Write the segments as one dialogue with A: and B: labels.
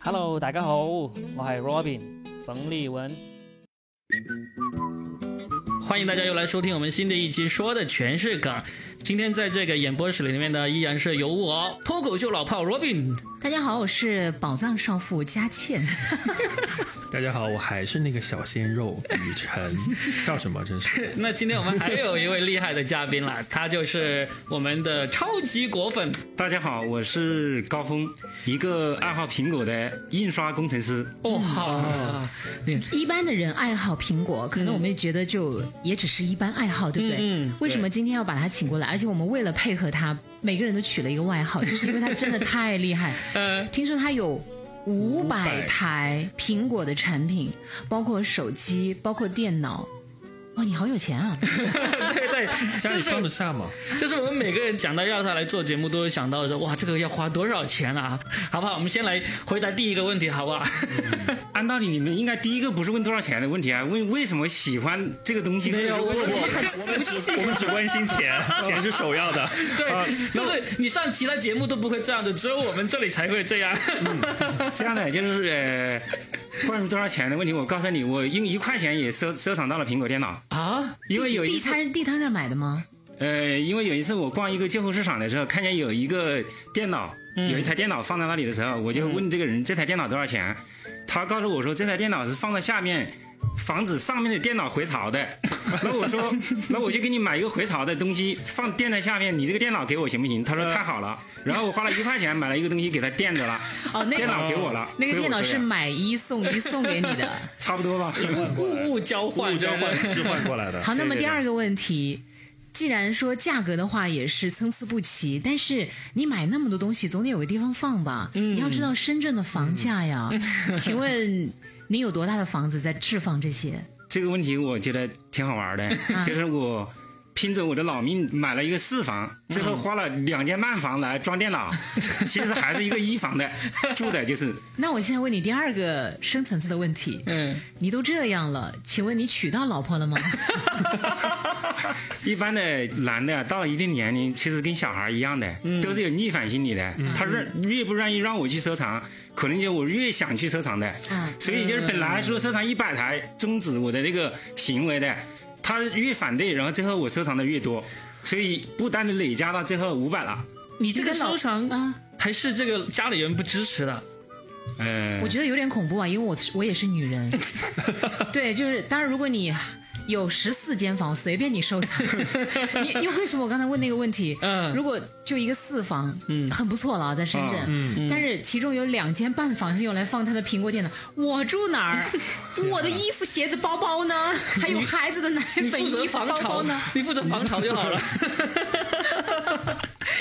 A: Hello，大家好，我系 Robin 冯立文。
B: 欢迎大家又来收听我们新的一期，说的全是梗。今天在这个演播室里面呢，依然是由我脱口秀老炮 Robin。
C: 大家好，我是宝藏少妇佳倩。
D: 大家好，我还是那个小鲜肉雨辰，笑什么？真是
B: 那今天我们还有一位厉害的嘉宾啦， 他就是我们的超级果粉。
E: 大家好，我是高峰，一个爱好苹果的印刷工程师。
B: 哦，好，
C: 一般的人爱好苹果，可能我们觉得就也只是一般爱好，对不对？
B: 嗯嗯
C: 为什么今天要把他请过来？而且我们为了配合他，每个人都取了一个外号，就是因为他真的太厉害。
B: 呃，
C: 听说他有。五百
E: 500
C: 台苹果的产品，包括手机，包括电脑。哇，你好有钱啊！
B: 对对，
D: 家
B: 就
D: 里
B: 是
D: 装得下吗？
B: 就是我们每个人讲到要他来做节目，都会想到说，哇，这个要花多少钱啊？好不好？我们先来回答第一个问题，好不好？
E: 按道理你们应该第一个不是问多少钱的问题啊，问为什么喜欢这个东西？
B: 没有
E: 或者是为什么
D: 我们只我们只关 心钱，钱是首要的。
B: 对，
D: 啊
B: 就是你上其他节目都不会这样的，只有我们这里才会这样。
E: 这样的就是呃，关于多少钱的问题，我告诉你，我用一块钱也收收藏到了苹果电脑，
B: 啊，
E: 因为有一
C: 地
E: 次
C: 摊地摊上买的吗？
E: 呃，因为有一次我逛一个旧货市场的时候，看见有一个电脑，
C: 嗯
E: 有一台电脑放在那里的时候，我就问这个人、这台电脑多少钱，他告诉我说这台电脑是放在下面，防止上面的电脑回潮的。 那我说，那我就给你买一个回潮的东西放垫在下面，你这个电脑给我行不行？他
C: 嗯
E: 说太好了，然后我花了一块钱买了一个东西给他垫着了，
C: 哦，那
E: 电脑
C: 个
E: 给我了，
C: 那个
E: 归我
C: 电脑
E: 所有
C: 是买一送一送给你的。
E: 差不多 吧？
B: 物物交换，
D: 物交换置换过来的，
C: 好，那么
E: 对对
C: 第
E: 对
C: 二个问题，既然说价格的话也是参差不齐，但是你买那么多东西，总得有个地方放吧？
E: 嗯
C: 你要知道深圳的房价呀， 请问你有多大的房子在置放这些？
E: 这个问题我觉得挺好玩的， 就是我拼着我的老命买了一个四房，最后花了两间半房来装电脑，其实还是一个一房的住的，就是
C: 那我现在问你第二个深层次的问题，
B: 嗯，
C: 你都这样了，请问你娶到老婆了吗？
E: 一般的男的到了一定年龄，其实跟小孩一样的，都是有逆反心理的。他愿越不愿意让我去收藏，可能就我越想去收藏的。
C: 嗯
E: 所以就是本来说收藏一百台终止我的这个行为的，他越反对，然后最后我收藏的越多，所以不单的累加到最后五百了。
B: 你这个
C: 你的老
B: 收藏
C: 啊，
B: 还是这个家里人不支持的，
E: 嗯、
C: 我觉得有点恐怖啊，因为我是我也是女 人，对，就是当然，如果你有十四间房，随便你 收藏。你因为为什么我刚才问那个问题？
B: 嗯
C: 如果就一个四房，嗯，很不错了啊，在深圳，
E: 啊
C: 嗯，但是其中有两间半房是用来放他的苹果电脑。我住哪 儿？我的衣服、鞋子、包包呢？还有孩子的奶
B: 你
C: 粉、
B: 负责
C: 衣服、
B: 防
C: 包
B: 潮
C: 包呢？，
B: 你负责防潮就好 了。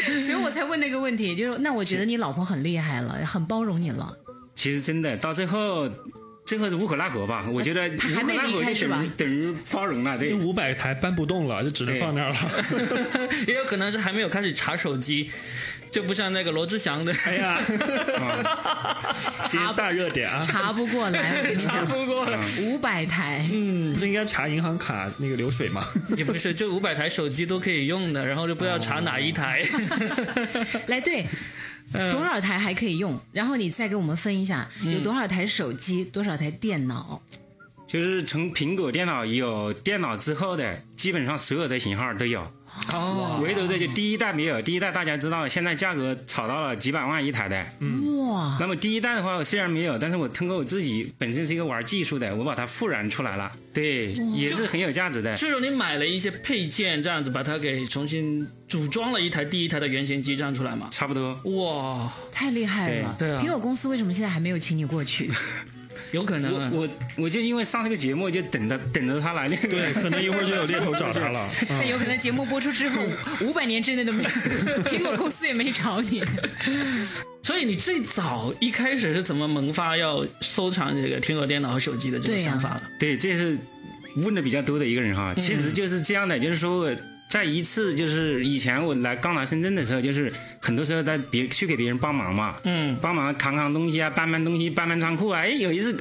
C: 所以我才问那个问题，就是那我觉得你老婆很厉害了，很包容你了。
E: 其实真的到最后，最后是无可奈何吧？我觉得
C: 呃他
E: 无
C: 还
E: 可
C: 没
E: 奈
C: 离
E: 何
C: 开是
E: 就
C: 吧嗯
E: 等于等于包容了，
D: 那
E: 对。
D: 哎五百台搬不动了，就只能放那儿了。
B: 也有可能是还没有开始查手机，就不像那个罗志祥的，
D: 哎呀，今天大热点啊！
C: 查不 过来，我跟你
B: 查
C: 讲，
B: 不过来。
C: 五百 台，
D: 不是应该查银行卡那个流水 吗？
B: 也不是，就五百台手机都可以用的，然后就不知道查哪一台。哦
C: 来对。
B: 嗯
C: 多少台还可以用？然后你再给我们分一下，有多少台手机，多少台电脑？
E: 就是从苹果电脑有电脑之后的，基本上所有的型号都有，
B: 哦，
E: 唯独这就第一代没有。第一代大家知道，现在价格炒到了几百万一台的。
C: 嗯
B: 嗯
C: 哇！
E: 那么第一代的话，我虽然没有，但是我通过我自己本身是一个玩技术的，我把它复燃出来了，对，
C: 嗯
E: 也是很有价值的。
B: 就是你买了一些配件，这样子把它给重新组装了一台第一台的原型机，这样出来嘛？
E: 差不多，
B: 哇，
C: 太厉害了！
B: 对对啊
C: 苹果公司为什么现在还没有请你过去？
B: 有可能啊。
E: 我我我就因为上这个节目，就等着等着他来那个。
D: 对，可能一会儿就有猎头找他了。嗯
B: 嗯
C: 那有可能节目播出之后， 五百年之内都没，苹果公司也没找你。
B: 所以你最早一开始是怎么萌发要收藏这个苹果电脑和手机的这个
C: 对呀
B: 想法的？
E: 对，这是问的比较多的一个人哈。
B: 嗯
E: 其实就是这样的，就是说我在一次就是以前我来刚来深圳的时候，就是很多时候在别去给别人帮忙嘛，
B: 嗯，
E: 帮忙扛扛东西啊，搬搬东西，搬搬仓库啊。哎，有一次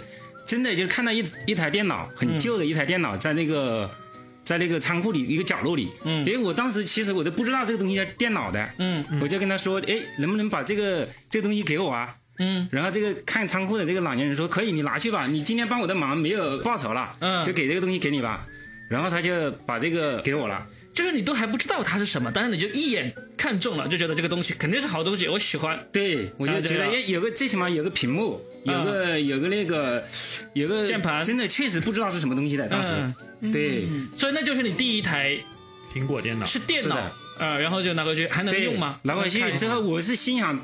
E: 真的就看到一一台电脑，很旧的一台电脑在那个。
B: 嗯
E: 在那个仓库里一个角落里，嗯，哎，我当时其实我都不知道这个东西叫电脑的，
B: 嗯，
E: 我就跟他说，哎，能不能把这个这个东西给我啊？
B: 嗯
E: 然后这个看仓库的这个老年人说：“可以，你拿去 吧，你今天帮我的忙没有报酬了，
B: 嗯
E: 就给这个东西给你吧。”然后他就把这个给我了。
B: 就是你都还不知道它是什么，但是你就一眼看中了，就觉得这个东西肯定是好东西，我喜欢。
E: 对，我就
B: 啊对
E: 觉
B: 啊嗯
E: 得哎，有个最起码有个屏幕，有个有个那个有个
B: 键盘
E: 真的确实不知道是什么东西的。当时
B: 嗯，
E: 对
B: 所以那就是你第一台
D: 苹果电脑
B: 是电脑
E: 是的，
B: 呃，然后就拿过去还能
E: 对
B: 用吗？
E: 拿回去
B: 能看
E: 之后，我是心想。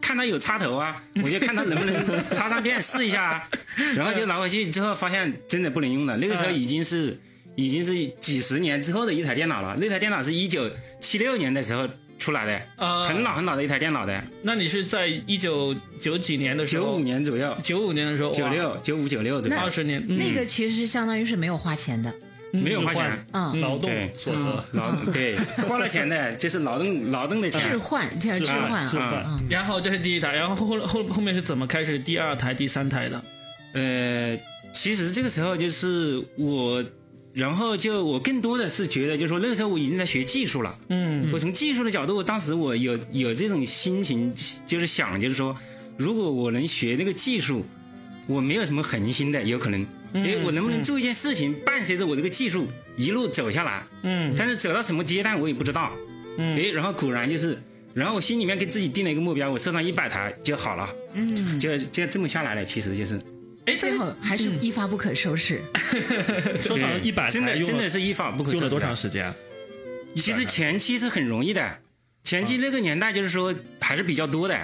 E: 看它有插头啊，我就看它能不 能插上电试一下啊，然后就拿回去之后发现真的不能用了。那个时候
B: 嗯
E: 已经是已经是几十年之后的一台电脑了，那台电脑是一九七六年的时候出来的，
B: 啊
E: 很老很老的一台电脑的，
B: 那你是在一九九几年的时
E: 九
B: 候
E: 五？年左右，
B: 九五年的时候，哇
E: 九六九五九六左右
B: 二，十年，嗯
C: 那个其实相当于是没有花钱的，
E: 没有花
D: 置换
E: 钱，
C: 嗯，
D: 劳
E: 对
D: 动所得。
E: 劳对花了钱的，就是劳动劳动的钱，
C: 置换，这是置换
D: 置
C: 啊。
D: 换
C: 嗯
B: 然后这是第一台，然后后后后后面是怎么开始第二台、第三台的？
E: 呃，其实这个时候就是我，然后就我更多的是觉得，就是说那个时候我已经在学技术了。
B: 嗯，
E: 我从技术的角度，我当时我有有这种心情，就是想，就是说，如果我能学这个技术，我没有什么恒心的，有可能，哎，我能不能做一件事情，伴随着我这个技术一路走下来？
B: 嗯，
E: 但是走到什么阶段我也不知道。嗯，哎，然后果然就是，然后我心里面给自己定了一个目标，我设上一百台就好了。嗯，就就这么下来了，其实就是。
B: 哎，但
C: 最
B: 是
C: 后还是一发不可收拾。
D: 收藏一百台
E: 真的
D: 用
E: 真
D: 了
E: 的是一发不可收拾。啊
D: 用了多长？时 间？啊
E: 其
D: 100
E: 实
D: 台
E: 前期是很容易的，前期那个年代就是说还是比较多的，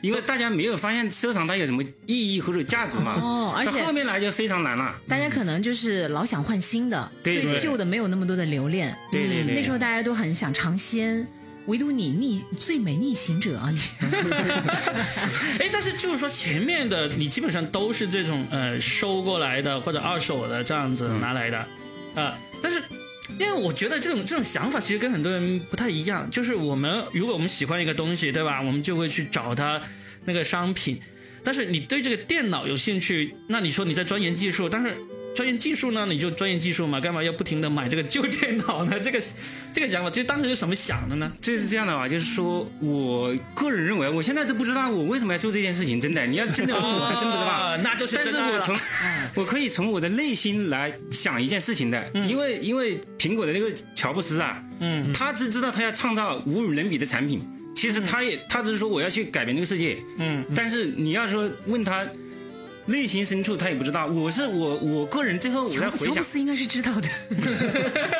E: 因为大家没有发现收藏它有什么意义或者价值嘛。
C: 哦而且
E: 到后面来就非常难了。
C: 大家可能就是老想换新的，
E: 对对
C: 旧的没有那么多的留恋。嗯
E: 对对对
C: 那时候大家都很想尝鲜，唯独你逆最美逆行者啊，你
B: 哎，但是就是说前面的你基本上都是这种呃收过来的或者二手的这样子拿来的，啊、但是。因为我觉得这种这种想法其实跟很多人不太一样，就是我们如果我们喜欢一个东西，对吧？我们就会去找它那个商品。但是你对这个电脑有兴趣，那你说你在钻研技术，但是钻研技术呢，你就钻研技术嘛，干嘛要不停的买这个旧电脑呢？这个这个想法，其实当时是怎么想的呢？
E: 这是这样的吧，就是说我个人认为，我现在都不知道我为什么要做这件事情，真的，你要真的问
C: 哦
E: 我，还真不知道。
B: 啊，那就是
E: 但
B: 真
E: 是
B: 爱
E: 我
B: 了
E: 从。 我可以从我的内心来想一件事情的，因为因为苹果的那个乔布斯啊，
B: 嗯，
E: 他只知道他要创造无与伦比的产品，其实他也他只是说我要去改变这个世界，
B: 嗯，
E: 但是你要说问他内心深处他也不知道，我是我我个人最后我在
C: 乔布
E: 回
C: 乔 布
E: 想，
C: 斯应该是知道 的。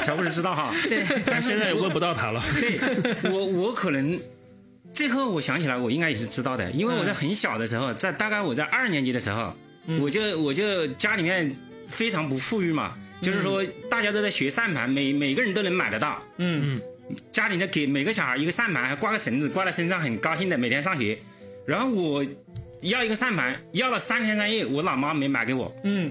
E: 乔布斯知道哈，
C: 对，
D: 但现在也问不到 他了。
E: 对我我可能。最后我想起来，我应该也是知道的，因为
B: 嗯
E: 我在很小的时候，在大概我在二年级的时候，我就我就家里面非常不富裕嘛，就是说大家都在学扇盘，每每个人都能买得到，
B: 嗯
E: 家里呢给每个小孩一个扇盘，还挂个绳子挂在身上，很高兴的每天上学。然后我要一个扇盘，要了三天三夜，我老妈没买给我。
B: 嗯，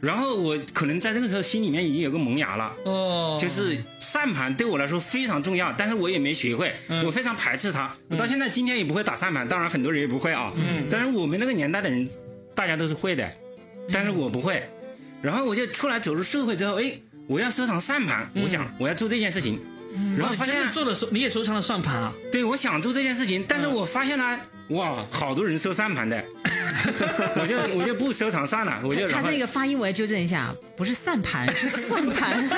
E: 然后我可能在这个时候心里面已经有个萌芽了，
B: 哦，
E: 就是扇盘对我来说非常重要，但是我也没学会，我非常排斥它。我到现在今天也不会打扇盘，当然很多人也不会啊。嗯，但是我们那个年代的人，大家都是会的，但是我不会。然后我就出来走入社会之后，哎，我要收藏扇盘，我想我要做这件事情。然后
B: 哦
E: 发
B: 真
E: 现
B: 的做了收，你也收藏了算盘啊？
E: 对，我想做这件事情，但是我发现呢，哇，好多人收扇盘的，我就我就不收藏扇了，我就
C: 他
E: 然后
C: 这个发音我要纠正一下，不是散盘， 是算 盘。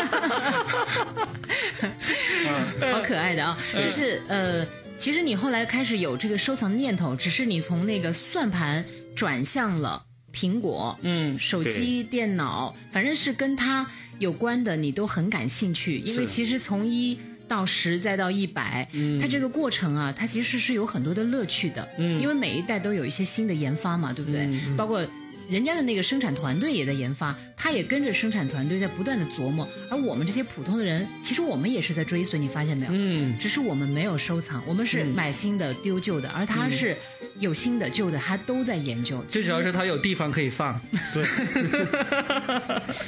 C: 好可爱的啊！就是呃，其实你后来开始有这个收藏念头，只是你从那个算盘转向了苹果，
B: 嗯
C: 手机、电脑，反正是跟它有关的，你都很感兴趣。因为
E: 是
C: 其实从一到十，再到一百、它这个过程啊，它其实是有很多的乐趣的。嗯，因为每一代都有一些新的研发嘛，对不对？包括。人家的那个生产团队也在研发，他也跟着生产团队在不断的琢磨，而我们这些普通的人，其实我们也是在追随，你发现没有？
B: 嗯，
C: 只是我们没有收藏，我们是买新的丢旧的，而他是有新的旧的，他都在研究。
B: 最主要是它有地方可以放。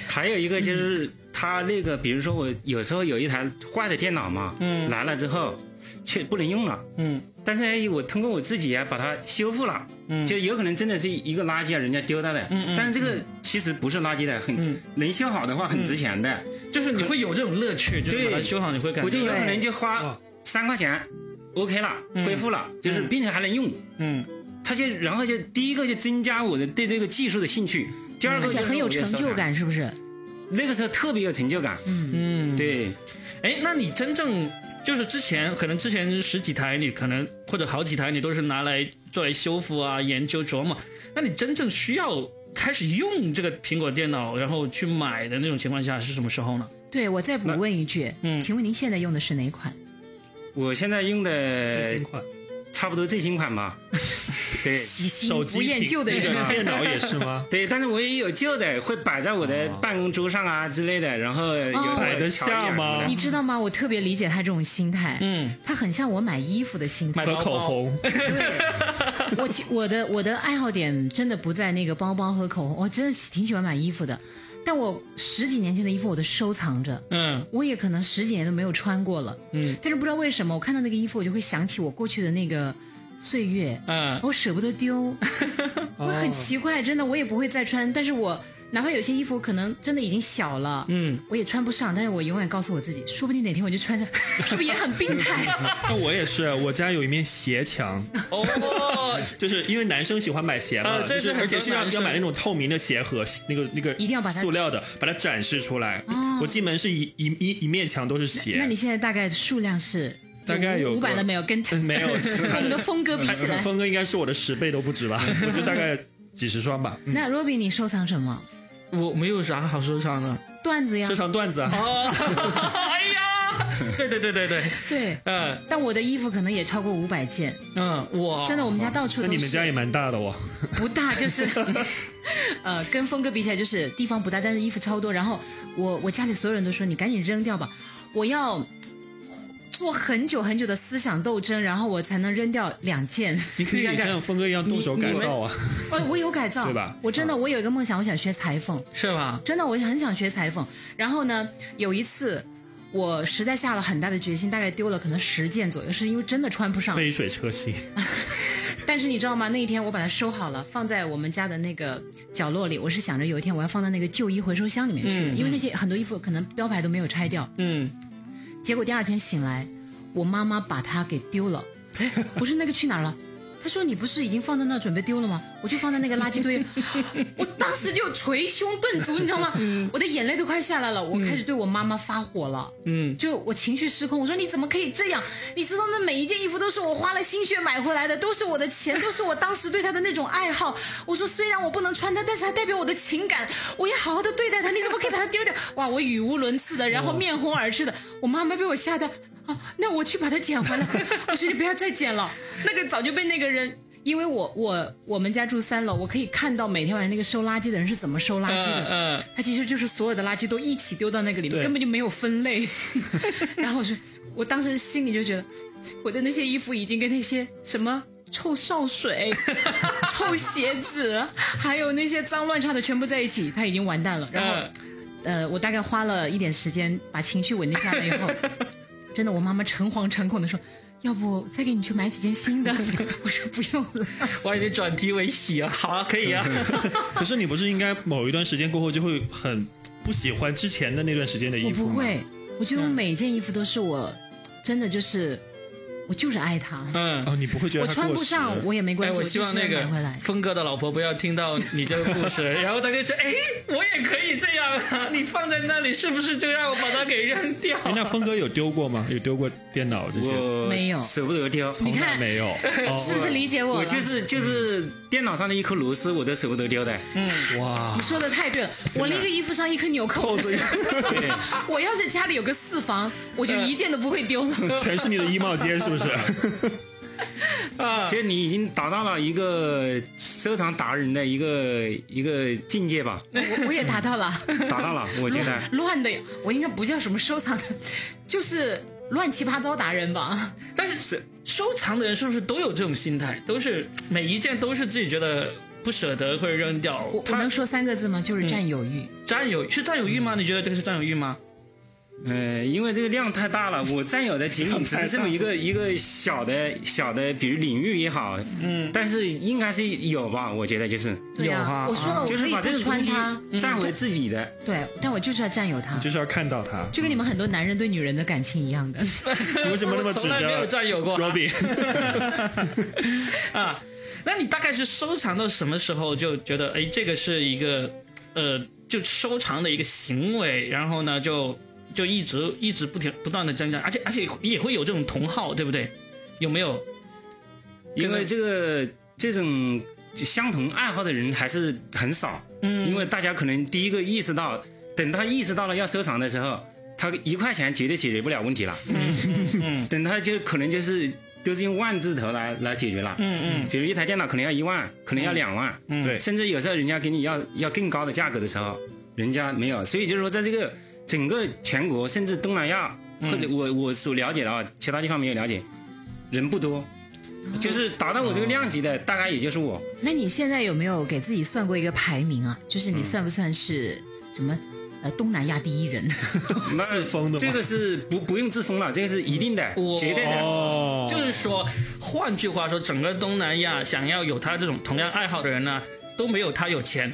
E: 还有一个就是他那个，比如说我有时候有一台坏的电脑嘛，嗯，来了之后却不能用了，
B: 嗯，
E: 但是哎我通过我自己啊把它修复了，嗯，就有可能真的是一个垃圾啊，人家丢掉的，嗯但是这个其实不是垃圾的，很、能修好的话很值钱的，
B: 就是你会有这种乐趣，就是把它
E: 对
B: 修好，你会感
E: 我就
B: 觉
E: 嗯有啊嗯
B: 到
E: 可能就
D: 哇
E: 花三块钱，OK 了，恢复了，就是并且还能用。
B: 嗯，
E: 他就然后就第一个就增加我的对这个技术的兴趣，第二
C: 而
E: 个就
C: 且
E: 是
C: 很有
E: 我觉得
C: 成就感，是不是？
E: 那个时候特别有成就感。嗯，对，
B: 哎，那你真正就是之前可能之前十几台你可能或者好几台你都是拿来作为修复啊、研究琢磨，那你真正需要开始用这个苹果电脑，然后去买的那种情况下是什么时候呢？
C: 对，我再补问一句，请问您现在用的是哪款？
E: 我现在用
D: 最
E: 的
D: 新款
E: 差不多最新款吧。对
C: 喜新
D: 手机
C: 不厌旧的
D: 那
C: 人
D: 个电脑也是吗？
E: 对，但是我也有旧的，会摆在我的办公桌上啊之类的，然后有
D: 哦摆得
E: 调一
D: 下吗
E: 什么的
C: 你知道吗？我特别理解他这种心态，
B: 嗯，
C: 他很像我买衣服的心态。
D: 和 口红，
C: 我其我的我的爱好点真的不在那个包包和口红，我真的挺喜欢买衣服的，但我十几年前的衣服我都收藏着。
B: 嗯，
C: 我也可能十几年都没有穿过了，嗯，但是不知道为什么，我看到那个衣服，我就会想起我过去的那个岁月，
B: 嗯
C: 我舍不得丢，我很奇怪，真的，我也不会再穿，但是我哪怕有些衣服可能真的已经小了，嗯，我也穿不上，但是我永远告诉我自己，说不定哪天我就穿上，是不是也很病态？
D: 那我也是，啊我家有一面鞋墙，
B: 哦，
D: 就是因为男生喜欢买鞋嘛，
B: 啊这
D: 就是是
B: 很
D: 而且是
B: 多
D: 要
B: 男生
D: 要买那种透明的鞋盒，那个那个
C: 一定要把它哦
D: 塑料的，把它展示出来。我进门是一一一一面墙都是鞋，
C: 那你现在大概数量是
D: 大概有
C: 五百
D: 个
C: 了没有？跟
D: 嗯 没有，
C: 跟我们的峰哥比起来，
D: 峰哥应该是我的十倍都不止 吧，我就大概几十双吧。嗯
C: 那 Robin 你收藏什么？
B: 我没有啥好收藏的。
C: 段子呀
D: 这，场段子啊，
B: 哦， 哎呀，对对对对对，
C: 对，
B: 嗯
C: 但我的衣服可能也超过五百件，
B: 嗯，我
C: 真的，我们家到处
D: 哦那
C: 都
D: 你们家
C: 是，
D: 也蛮大的哦。
C: 不大，就是 呃，跟峰哥比起来，就是地方不大，但是衣服超多。然后我我家里所有人都说你赶紧扔掉吧，我要做很久很久的思想斗争，然后我才能扔掉两件。
D: 你可以像峰哥一样动手改造啊，
C: 哦，我有改造，
D: 对吧啊
C: 我真的，我有一个梦想，我想学裁缝。
B: 是吧？
C: 真的，我很想学裁缝。然后呢，有一次我实在下了很大的决心，大概丢了可能十件左右，是因为真的穿不上。
D: 杯水车薪。
C: 但是你知道吗？那一天我把它收好了，放在我们家的那个角落里。我是想着有一天我要放到那个旧衣回收箱里面去的，因为那些很多衣服可能标牌都没有拆掉。
B: 嗯，
C: 结果第二天醒来，我妈妈把它给丢了。哎，我说那个去哪儿了？她说你不是已经放在那儿准备丢了吗？我就放在那个垃圾堆， 我当时就捶胸顿足，你知道吗？我的眼泪都快下来了，我开始对我妈妈发火了。嗯，就我情绪失控，我说你怎么可以这样？你知道那每一件衣服都是我花了心血买回来的，都是我的钱，都是我当时对她的那种爱好。我说虽然我不能穿它，但是它代表我的情感，我要好好的对待它。你怎么可以把它丢掉？哇，我语无伦次的，然
B: 嗯
C: 后面红耳赤的，我妈妈被我吓到。哦，那我去把它捡回来。我说你不要再捡了，那个早就被那个人。因为我我我们家住三楼，我可以看到每天晚上那个收垃圾的人是怎么收垃圾的。
B: 嗯嗯
C: 他其实就是所有的垃圾都一起丢到那个里面，
D: 对
C: 根本就没有分类。然后我说，我当时心里就觉得，我的那些衣服已经跟那些什么。臭少水、臭鞋子，还有那些脏乱差的全部在一起，他已经完蛋了。然后，呃，我大概花了一点时间把情绪稳定下来以后，真的，我妈妈诚惶诚恐的说：“要不再给你去买几件新的？”我说：“不用了。
B: 我以为转题为喜啊，好啊，可以啊。
D: 可是你不是应该某一段时间过后就会很不喜欢之前的那段时间的”
C: 我
D: 衣服
C: 不
D: 吗？
C: 会，我觉得我每件衣服都是我真的就是我就是爱它，
B: 嗯，
D: 哦，你不会觉得
C: 我
D: 它
C: 穿
D: 过
C: 不
D: 时
C: 上我也没关
B: 哎，
C: 系，
B: 我
C: 就
B: 希望
C: 是
B: 那
C: 要
B: 个
C: 买回来。
B: 峰哥的老婆不要听到你这个故事，然后他就说：“哎，我也可以这样啊， 你放在那里是不是就让我把它给扔掉
D: 哎那峰哥有丢过吗？有丢过电脑这些？
E: 我
C: 没有
E: 舍不得丢。
C: 你
D: 从来
C: 看
D: 没有。哦
C: 是不是理解我
E: 我
C: 了？
E: 就是就是电脑上的一颗螺丝，我都舍不得丢的。
D: 哇
C: 你，说的太对了，我连一个衣服上一颗纽扣， 我要是家里有个四房，我就一件都不会丢了。
D: 哦全是你的衣帽间是不
C: 嗯
D: 是？
B: 啊
E: 就你已经达到了一个收藏达人的一个一个境界吧，
C: 我我也达到了，
E: 达到了，我觉得。
C: 乱的，我应该不叫什么收藏的，就是乱七八糟达人吧。？”
B: 但是收藏的人是不是都有这种心态？都是每一件都是自己觉得不舍得或者扔掉
C: 我。我
B: 他
C: 能说三个字吗？就是占有欲。
B: 占有是占有欲吗？你觉得这个是占有欲吗？
E: 嗯，因为这个量太大了，我占有的仅仅只是这么一个一个小的小的，比如领域也好，嗯，但是应该是有吧，我觉得就是
C: 对呀、
B: 有啊
C: 我说了，我
E: 就
C: 哦可
E: 是
C: 以
E: 把这
C: 不
E: 个东
C: 穿
E: 西
C: 它。
E: 占为自己的，
C: 对，但我就是要占有它，
D: 就是要看到 它。
C: 就跟你们很多男人对女人的感情一样的。
D: 你为什么那么
B: 我
D: 指
B: 从来没有
D: 着
B: 占有过啊。
D: Robin？
B: 啊，那你大概是收藏到什么时候就觉得，哎，这个是一个，呃，就收藏的一个行为，然后呢，就就一直一直不停不断的增加，而且而且也会有这种同好，对不对？有没有？
E: 因为这个这种相同爱好的人还是很少，嗯，因为大家可能第一个意识到，等他意识到了要收藏的时候，他一块钱绝对解决不了问题了，嗯， 等他就可能就是都是用万字头来来解决了，
B: 嗯嗯，
E: 比如一台电脑可能要一万，可能要两万，
B: 嗯
E: 对，甚至有时候人家给你要要更高的价格的时候，人家没有，所以就是说，在这个整个全国，甚至东南亚，
D: 嗯
E: 或者我我所了解的啊，其他地方没有了解，人不多，
D: 嗯
E: 就是达到我这个量级的，大概也就是我。
C: 那你现在有没有给自己算过一个排名啊？就是你算不算是什么呃东南亚第一人？
E: 那
D: 自封的吗
E: 这个是不不用自封了，这个是一定的
B: 哇，
E: 绝对的。
D: 哦，
B: 就是说，换句话说，整个东南亚想要有他这种同样爱好的人呢，都没有他有钱。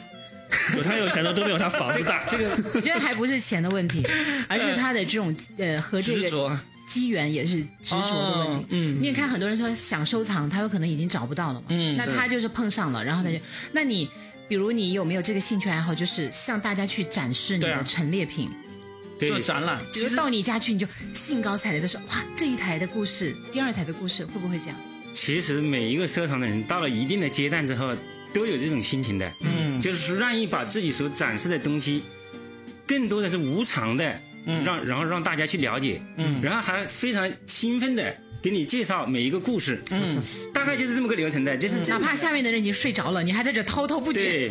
D: 有他有钱的都没有他房子大。这个
C: 我觉得还不是钱的问 题，而是他的这种呃和这
B: 执
C: 个
B: 着，
C: 机缘也是执着的问
B: 哦
C: 题。
B: 嗯
C: 你也看很多人说想收藏，他有可能已经找不到了嘛。
B: 嗯
C: 那他就是碰上了，然后他就，那你比如你有没有这个兴趣爱好，就是向大家去展示你
B: 对啊
C: 的陈列品？
E: 对
B: 做展览，
C: 比如到你家去，你就兴高采烈的说，哇，这一台的故事，第二台的故事，会不会这样？
E: 其实每一个收藏的人到了一定的阶段之后，都有这种心情的，
B: 嗯
E: 就是说愿意把自己所展示的东西，更多的是无偿的，让然后让大家去了解，
B: 嗯
E: 然后还非常兴奋的给你介绍每一个故事，
B: 嗯，
E: 大概就是这么个流程的，就是这
C: 嗯哪怕下面的人已经睡着了，你还在这滔滔不绝。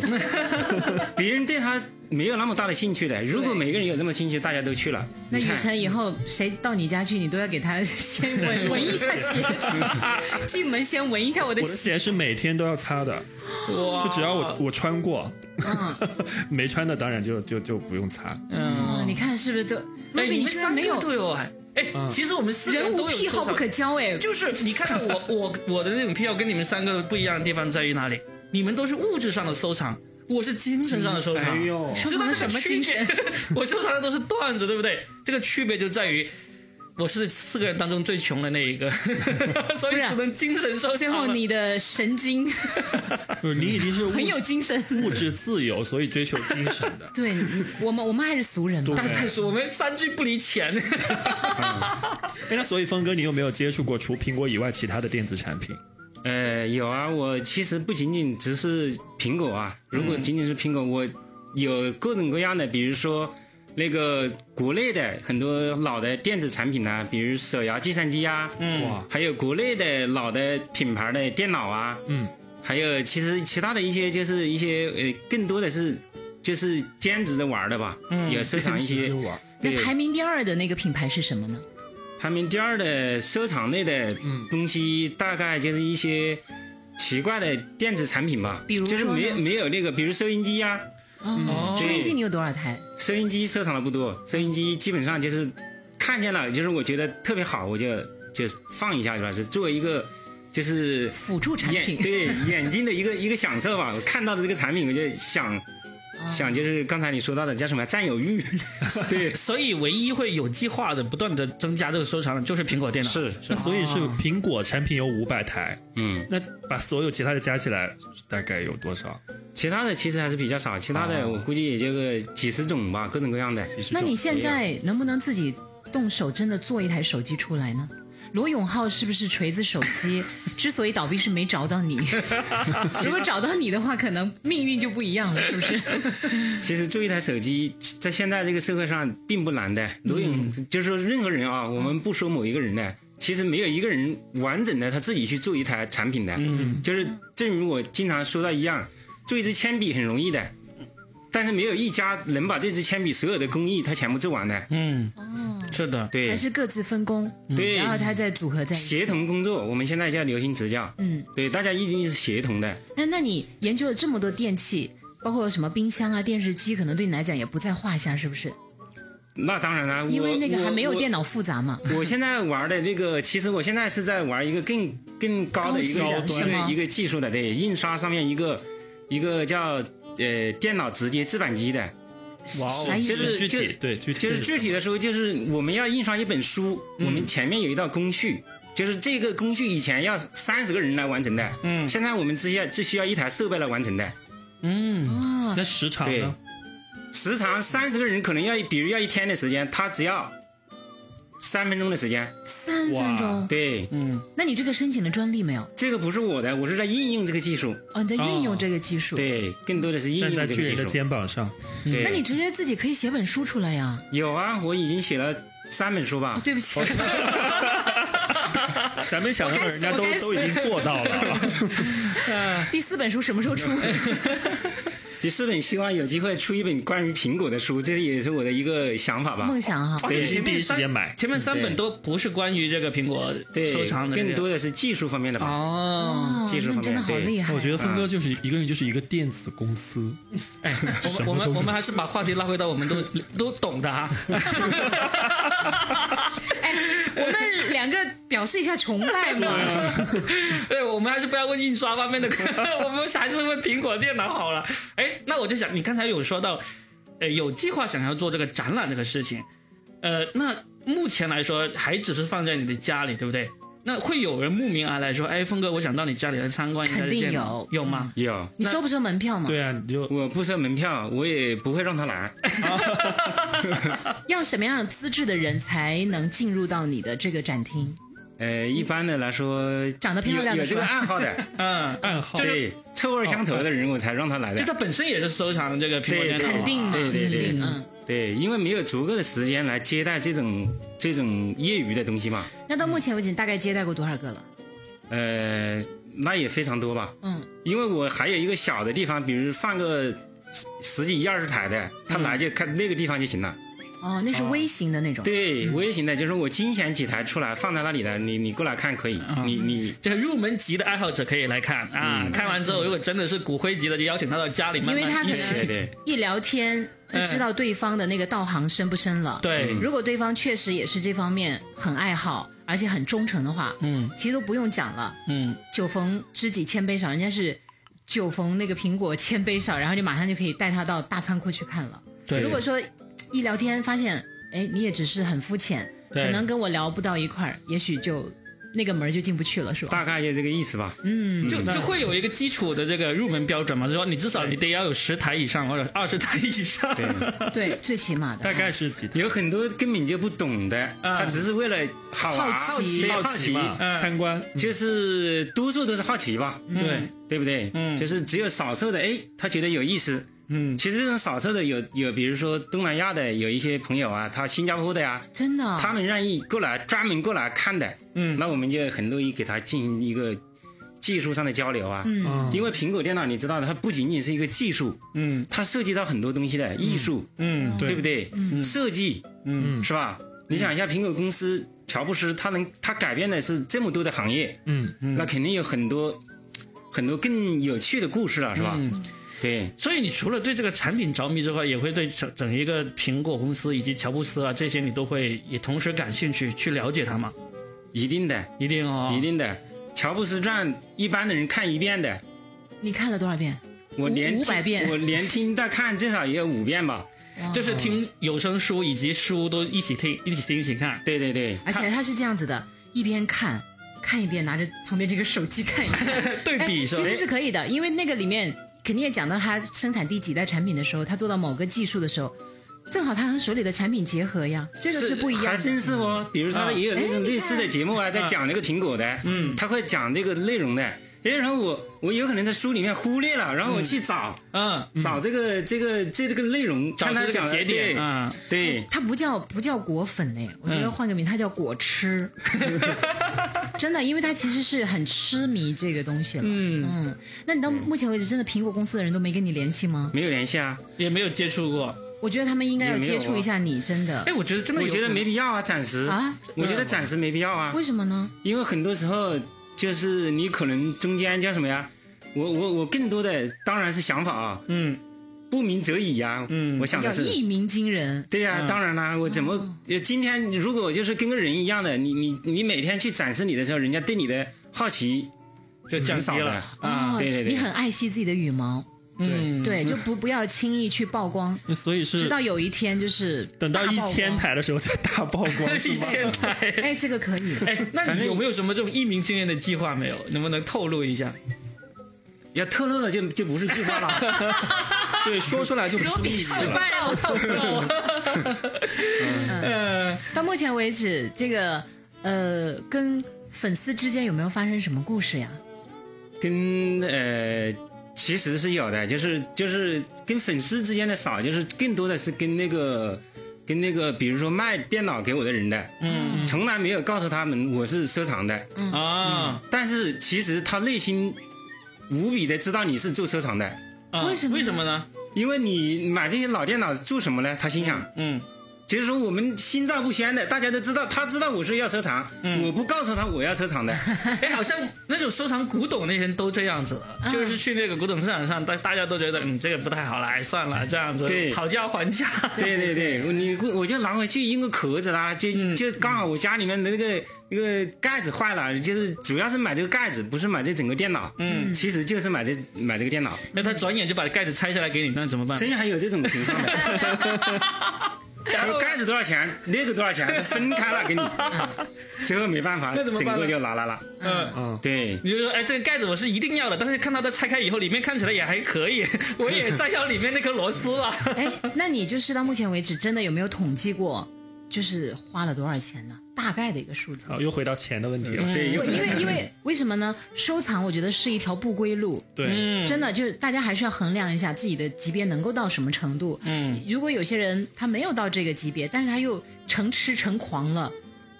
E: 对，别人对他没有那么大的兴趣的，如果每个人有那么兴趣，大家都去了，
C: 那
E: 你
C: 雨
E: 看
C: 辰以后谁到你家去，你都要给他先 闻闻一下鞋子，进门先 闻一下我的
D: 我的
C: 鞋。
D: 鞋是每天都要擦的，
B: 哇，哎
D: 就只要我我穿过，
C: 嗯，
D: 没穿的当然就就就不用擦。
C: 哦
B: 嗯，
C: 你看是不是都？
B: 哎，
C: Ruby，
B: 你们
C: 居然
B: 三
C: 没
B: 个都
C: 有
B: 有哎，哎，其实我们四个
C: 人
B: 人
C: 无
B: 都有
C: 癖好不可交哎，
B: 就是你看看我 我我的那种癖好跟你们三个不一样的地方在于哪里？你们都是物质上的收藏，我是精神上的收藏。
D: 哎呦，
B: 知道这
C: 什么
B: 个区
C: 精
B: 别
C: 神？
B: 我收藏的都是段子，对不对？这个区别就在于。我是四个人当中最穷的那一个， 所以
C: 不是啊
B: 只能精神收藏了。
C: 最后你的神经
D: 你已经是物
C: 很有精神。。
D: 物质自由，所以追求精神的
C: 对我们，我们还是俗人嘛。
B: 但但是我们三句不离钱，
D: 哎，那所以峰哥，你有没有接触过除苹果以外其他的电子产品？
E: 呃，有啊，我其实不仅仅只是苹果啊，如
D: 嗯
E: 果仅仅是苹果，我有各种各样的，比如说那个国内的很多老的电子产品啊，比如手摇计算机啊，
D: 嗯哇，
E: 还有国内的老的品牌的电脑啊，
D: 嗯，
E: 还有其实其他的一些就是一些呃，更多的是就是兼职着玩儿的吧，嗯，也收藏一些，
D: 玩。
E: 对
C: 那排名第二的那个品牌是什么呢？
E: 排名第二的收藏类的
C: 嗯
E: 东西，大概就是一些奇怪的电子产品吧，
C: 比如说
E: 就是没
C: 呢
E: 没有那个，比如收音机呀、
C: 哦，收音机你有多少台？
E: 收音机收藏的不多，收音机基本上就是看见了，就是我觉得特别好，我就就放一下是吧？就作为一个就是
C: 辅助产
E: 眼
C: 品。
E: 对 眼睛的一个一个享受吧。我看到的这个产品，我就
C: 啊
E: 想想就是刚才你说到的叫什么占 有欲，对，
B: 所以唯一会有计划的不断的增加这个收藏的就是苹果电脑。
E: 是
D: 那所以是苹果产品有五百台，
E: 哦嗯。
D: 那把所有其他的加起来大概有多少？
E: 其他的其实还是比较少，其他
C: 啊
E: 的我估计也就个几十种吧，各种各样的。
C: 那你现在能不能自己动手真的做一台手机出来呢？罗永浩是不是锤子手 机之所以倒闭是没找到你？如果找到你的话，可能命运就不一样了，是不是？
E: 其实做一台手机，在现在这个社会上并不难
C: 嗯
E: 的。罗永、就是说任何人啊，我们不说某一个人的，其实没有一个人完整的他自己去做一台产品的。嗯，就是正如我经常说到一样，做一支铅笔很容易的，但是没有一家能把这支铅笔所有的工艺他全部做完的。
B: 嗯，
C: 哦
B: 是的，
E: 对
C: 还，是各自分工，嗯
E: 对
C: 然后他再组合在一
E: 协
C: 起。
E: 同工作，我们现在叫流行词叫。
C: 嗯，
E: 对，大家一定是协同的。
C: 那那你研究了这么多电器，包括什么冰箱啊、电视机，可能对你来讲也不在话下，是不是？
E: 那当然了，
C: 因为
E: 我
C: 那个还没有
E: 我
C: 电脑复杂嘛。
E: 我现在玩的这个，其实我现在是在玩一个更更高的一个
C: 高级的是吗
E: 对一个技术的，对印刷上面一个一个叫呃电脑直接制版机的，
D: 哇哦
C: 啥意思
E: 就是
D: 具体
E: 就
D: 对具体
E: 就是具体的说，就是我们要印刷一本书，我们前面有一道工序，就是这个工具以前要三十个人来完成的，
B: 嗯
E: 现在我们只需要只需要一台设备来完成的。
B: 嗯，
C: 啊，
D: 那时长
E: 对
D: 呢？，
E: 时长三十个人可能要，比如要一天的时间，他只要三分钟的时间。
C: 三分钟。
E: 对，
B: 嗯，
C: 那你这个申请了专利没有？
E: 这个不是我的，我是在应用这个技术。
C: 哦，你在运用这个技术。
E: 对，更多的是应
D: 站
E: 用
D: 在
E: 这个
D: 巨
E: 技
D: 人的
E: 术。
D: 肩膀上，
E: 对，
C: 那你直接自己可以写本书出来呀。
E: 有啊？我已经写了三本书吧
C: 哦，。对不起，
D: 咱没想到人家都
C: 我该死
D: 都已经做到了。
C: 第四本书什么时候出？
E: 哎第四本希望有机会出一本关于苹果的书，这也是我的一个想法吧
C: 梦。想哈，
B: 对，
E: 对
B: 前面
D: 第一时间
B: 三
D: 买
B: 前面三
E: 对
B: 本都不是关于这个苹果
E: 对
B: 收藏，的这个，
E: 更多的是技术方面的吧。
B: 哦。
C: 哦，
E: 技术
C: 那你真的
E: 方面
C: 好
E: 对
C: 厉害。
D: 我觉得峰哥就是一个人，就是一个电子公司。
B: 哎，我
D: 什
B: 们我
D: 么东
B: 们
D: 西
B: 我们还是把话题拉回到我们都 都懂的哈。
C: 哎，我们两个表示一下崇拜嘛。
E: 啊
B: 对，我们还是不要问印刷方面的， 我们还是问苹果电脑好了。哎，那我就想，你刚才有说到，呃，有计划想要做这个展览这个事情，呃，那目前来说还只是放在你的家里，对不对？那会有人慕名而来说，哎，峰哥，我想到你家里来参观一下
C: 肯
B: 这
C: 定
B: 电脑，
C: 有
B: 有 吗？
E: 有，
C: 你收不收门票嘛？
D: 对啊，你就
E: 我不收门票，我也不会让 他来。
C: 要什么样的资质的人才能进入到你的这个展厅？
E: 呃，一般的来说，
C: 长得漂亮
E: 有
C: 的
E: 有这个
C: 是吧
E: 爱好的，
B: 嗯，
D: 暗号。
E: 对，臭味相投的人我才让他来
B: 就
E: 的。
B: 他本身也是收藏这个苹果电
E: 对
B: 脑啊，
C: 哦肯定嘛，
E: 对对对
C: 肯定嗯。
E: 对，因为没有足够的时间来接待这种这种业余的东西嘛。
C: 那到目前为止，你大概接待过多少个了？
E: 呃，那也非常多吧。
C: 嗯，
E: 因为我还有一个小的地方，比如放个十十几二十台的，他来就看那个地方就行了。
C: 哦，那是微型的那种。
E: 对，我也行的，就是我精选几台出来放在那里的，你你过来看可以，
C: 嗯
E: 你你
B: 这个入门级的爱好者可以来看啊，看完之后，如果真的是骨灰级的，就邀请他到家里慢
C: 因
B: 慢
C: 为他可
B: 一起
E: 对
C: 能
E: 对
C: 一聊天就知道对方的那个道行深不深了。
B: 对
C: 如果对方确实也是这方面很爱好，而且很忠诚的话，
B: 嗯，
C: 其实都不用讲了。
B: 嗯，
C: 酒逢知己千杯少，人家是酒逢那个苹果千杯少，然后就马上就可以带他到大仓库去看了。
B: 对
C: 如果说一聊天发现，哎，你也只是很肤浅，
B: 对
C: 可能跟我聊不到一块儿，也许就那个门儿就进不去了，是吧？
E: 大概就这个意思吧。
C: 嗯
E: 嗯
B: 就就会有一个基础的这个入门标准嘛，就是说你至少你得要有十台以上或者二十台以上。
E: 对，
C: 对，最起码的。
D: 大概是 几台？
E: 有很多根本就不懂的，他只是为了好玩、
C: 嗯好奇嗯
E: 对
D: 好
E: 好
D: 奇
E: 奇，
D: 嘛，
B: 嗯
D: 参观。
E: 就是多数都是好奇吧，
B: 对，
E: 对不对？
B: 嗯
E: 就是只有少数的，哎，他觉得有意思。
B: 嗯，
E: 其实这种少数的有有，比如说东南亚的有一些朋友啊，他新加坡的呀、
C: 真的哦，
E: 他们愿意过来专门过来看的，
B: 啊嗯
E: 那我们就很乐意给他进行一个技术上的交流啊，嗯，因为苹果电脑你知道的，它不仅仅是一个技术，
B: 嗯
E: 它涉及到很多东西的艺术，
B: 嗯，
E: 对不对？设计，嗯，是吧？你想一下，苹果公司乔布斯，他能他改变的是这么多的行业，
D: 嗯，
E: 那肯定有很多很多更有趣的故事了，是吧？
B: 嗯
E: 对，
B: 所以你除了对这个产品着迷之外，也会对整整一个苹果公司以及乔布斯啊这些，你都会也同时感兴趣去了解他嘛？
E: 一定的，
B: 一定哦，
E: 一定的。乔布斯传一般的人看一遍的，
C: 你看了多少遍？
E: 我
C: 五
E: 连
C: 五
E: 听
C: 百遍
E: 我连听带看至少也有五遍吧。
B: 就是听有声书以及书都一起听，一起听，一起看。
E: 对对对，
C: 而且他是这样子的，一边看看一遍，拿着旁边这个手机看一看，
B: 对比
C: 哎
B: 是吧
C: 其实是可以的，因为那个里面肯定也讲到他生产第几代产品的时候，他做到某个技术的时候，正好他和手里的产品结合呀，这个是不一样
E: 还
C: 的。哎
E: 真是哦。比如说
B: 嗯
E: 也有那种类似的节目啊，在讲那个苹果的，嗯，他会讲这个内容的。哎，然后我我有可能在书里面忽略了，然后我去找
B: 嗯，
E: 找这个这个这个内容，
B: 找
E: 看
B: 出
E: 他
B: 这
E: 讲
B: 个
E: 的
B: 节点
E: 对
B: 啊。
E: 对，
C: 嗯他不叫不叫果粉哎，我觉得换个名，他叫果吃。 真的，因为他其实是很痴迷这个东西了。嗯那你到目前为止，真的苹果公司的人都没跟你联系吗？
E: 没有联系啊，
B: 也没有接触过。
C: 我觉得他们应该要
E: 也没有
C: 接
E: 啊
C: 触一下你，真的
B: 哎，。我觉得真的
E: 我
B: 有可
E: 觉
B: 能，
E: 得没必要啊，暂时
C: 啊，
E: 我觉得暂时没必要啊，
C: 为什么呢？
E: 因为很多时候就是你可能中间叫什么呀？我我我更多的当然是想法啊，
B: 嗯
E: 不鸣则已呀，
B: 嗯
E: 我想
C: 要
E: 的是
C: 一鸣惊人。
D: 嗯
E: 对呀、当然啦，我怎么、呃今天如果我就是跟个人一样的，你你你每天去展示你的时候，人家对你的好奇
B: 就降
E: 很
B: 低
E: 少的
B: 了。
E: 啊，对对
C: 哦你
E: 对嗯
C: 很爱惜自己的羽毛，
B: 嗯
D: 对，
C: 对，就不不要轻易去曝光，
D: 所以
C: 直
D: 是
C: 到有一天就是
D: 等到
C: 大
D: 一
C: 曝光
D: 千，台的时候才大曝 光，是
B: 一
D: 吗？
B: 千台。
C: 哎，这个可以。
B: 哎，那
E: 反
B: 你
E: 正
B: 有没有什么这种一鸣惊人的计划没有？能不能透露一下？
E: 要透露了就就不是计划了，
D: 对，说出来就不是秘密了。
C: 办我透 嗯，到目前为止，这个呃，跟粉丝之间有没有发生什么故事呀？
E: 跟呃。其实是有的，就是就是跟粉丝之间的少，就是更多的是跟那个跟那个，比如说卖电脑给我的人的，嗯，从来没有告诉他们我是收藏的，
B: 啊
E: 但是其实他内心无比的知道你是做收藏的，
B: 啊！
C: 为什么呢
B: 为什么呢？
E: 因为你买这些老电脑做什么呢？他心想，
B: 嗯，
E: 其实说我们心照不宣的，大家都知道，他知道我是要收藏，我不告诉他我要收藏的，
C: 啊
B: 哎，好像那种收藏古董那些人都这样子了，就是去那个古董市场上，大大家都觉得嗯这个不太好了，哎算了这样子，
E: 对
B: 讨价还价。
E: 对对对，你我就拿回去印个壳子啦，就、就刚好我家里面的那个那个盖子坏了，就是主要是买这个盖子，不是买这整个电脑，嗯，其实就是买这买这个电脑，
B: 那他转眼就把盖子拆下来给你，那怎么办？
E: 真还有这种情况的。他说盖子多少钱，那个多少钱，分开了 给 你，最后没办法，
B: 那怎么
E: 整
B: 办呢
E: 个就拿来了。
B: 嗯，
E: 对，
B: 你就说哎这个盖子我是一定要的，但是看到它拆开以后，里面看起来也还可以，我 也再要里面那颗螺丝了。
C: 哎，那你就是到目前为止，真的有没有统计过，就是花了多少钱呢？大概的一个数字。
D: 啊好，又回到钱的问题了。
E: 对，
C: 因
E: 哦有可能
C: 为因为为什么呢？收藏我觉得是一条不归路，
E: 嗯
D: 对，
C: 真的就是大家还是要衡量一下自己的级别能够到什么程度。嗯，如果有些人他没有到这个级别，但是他又成痴成狂了，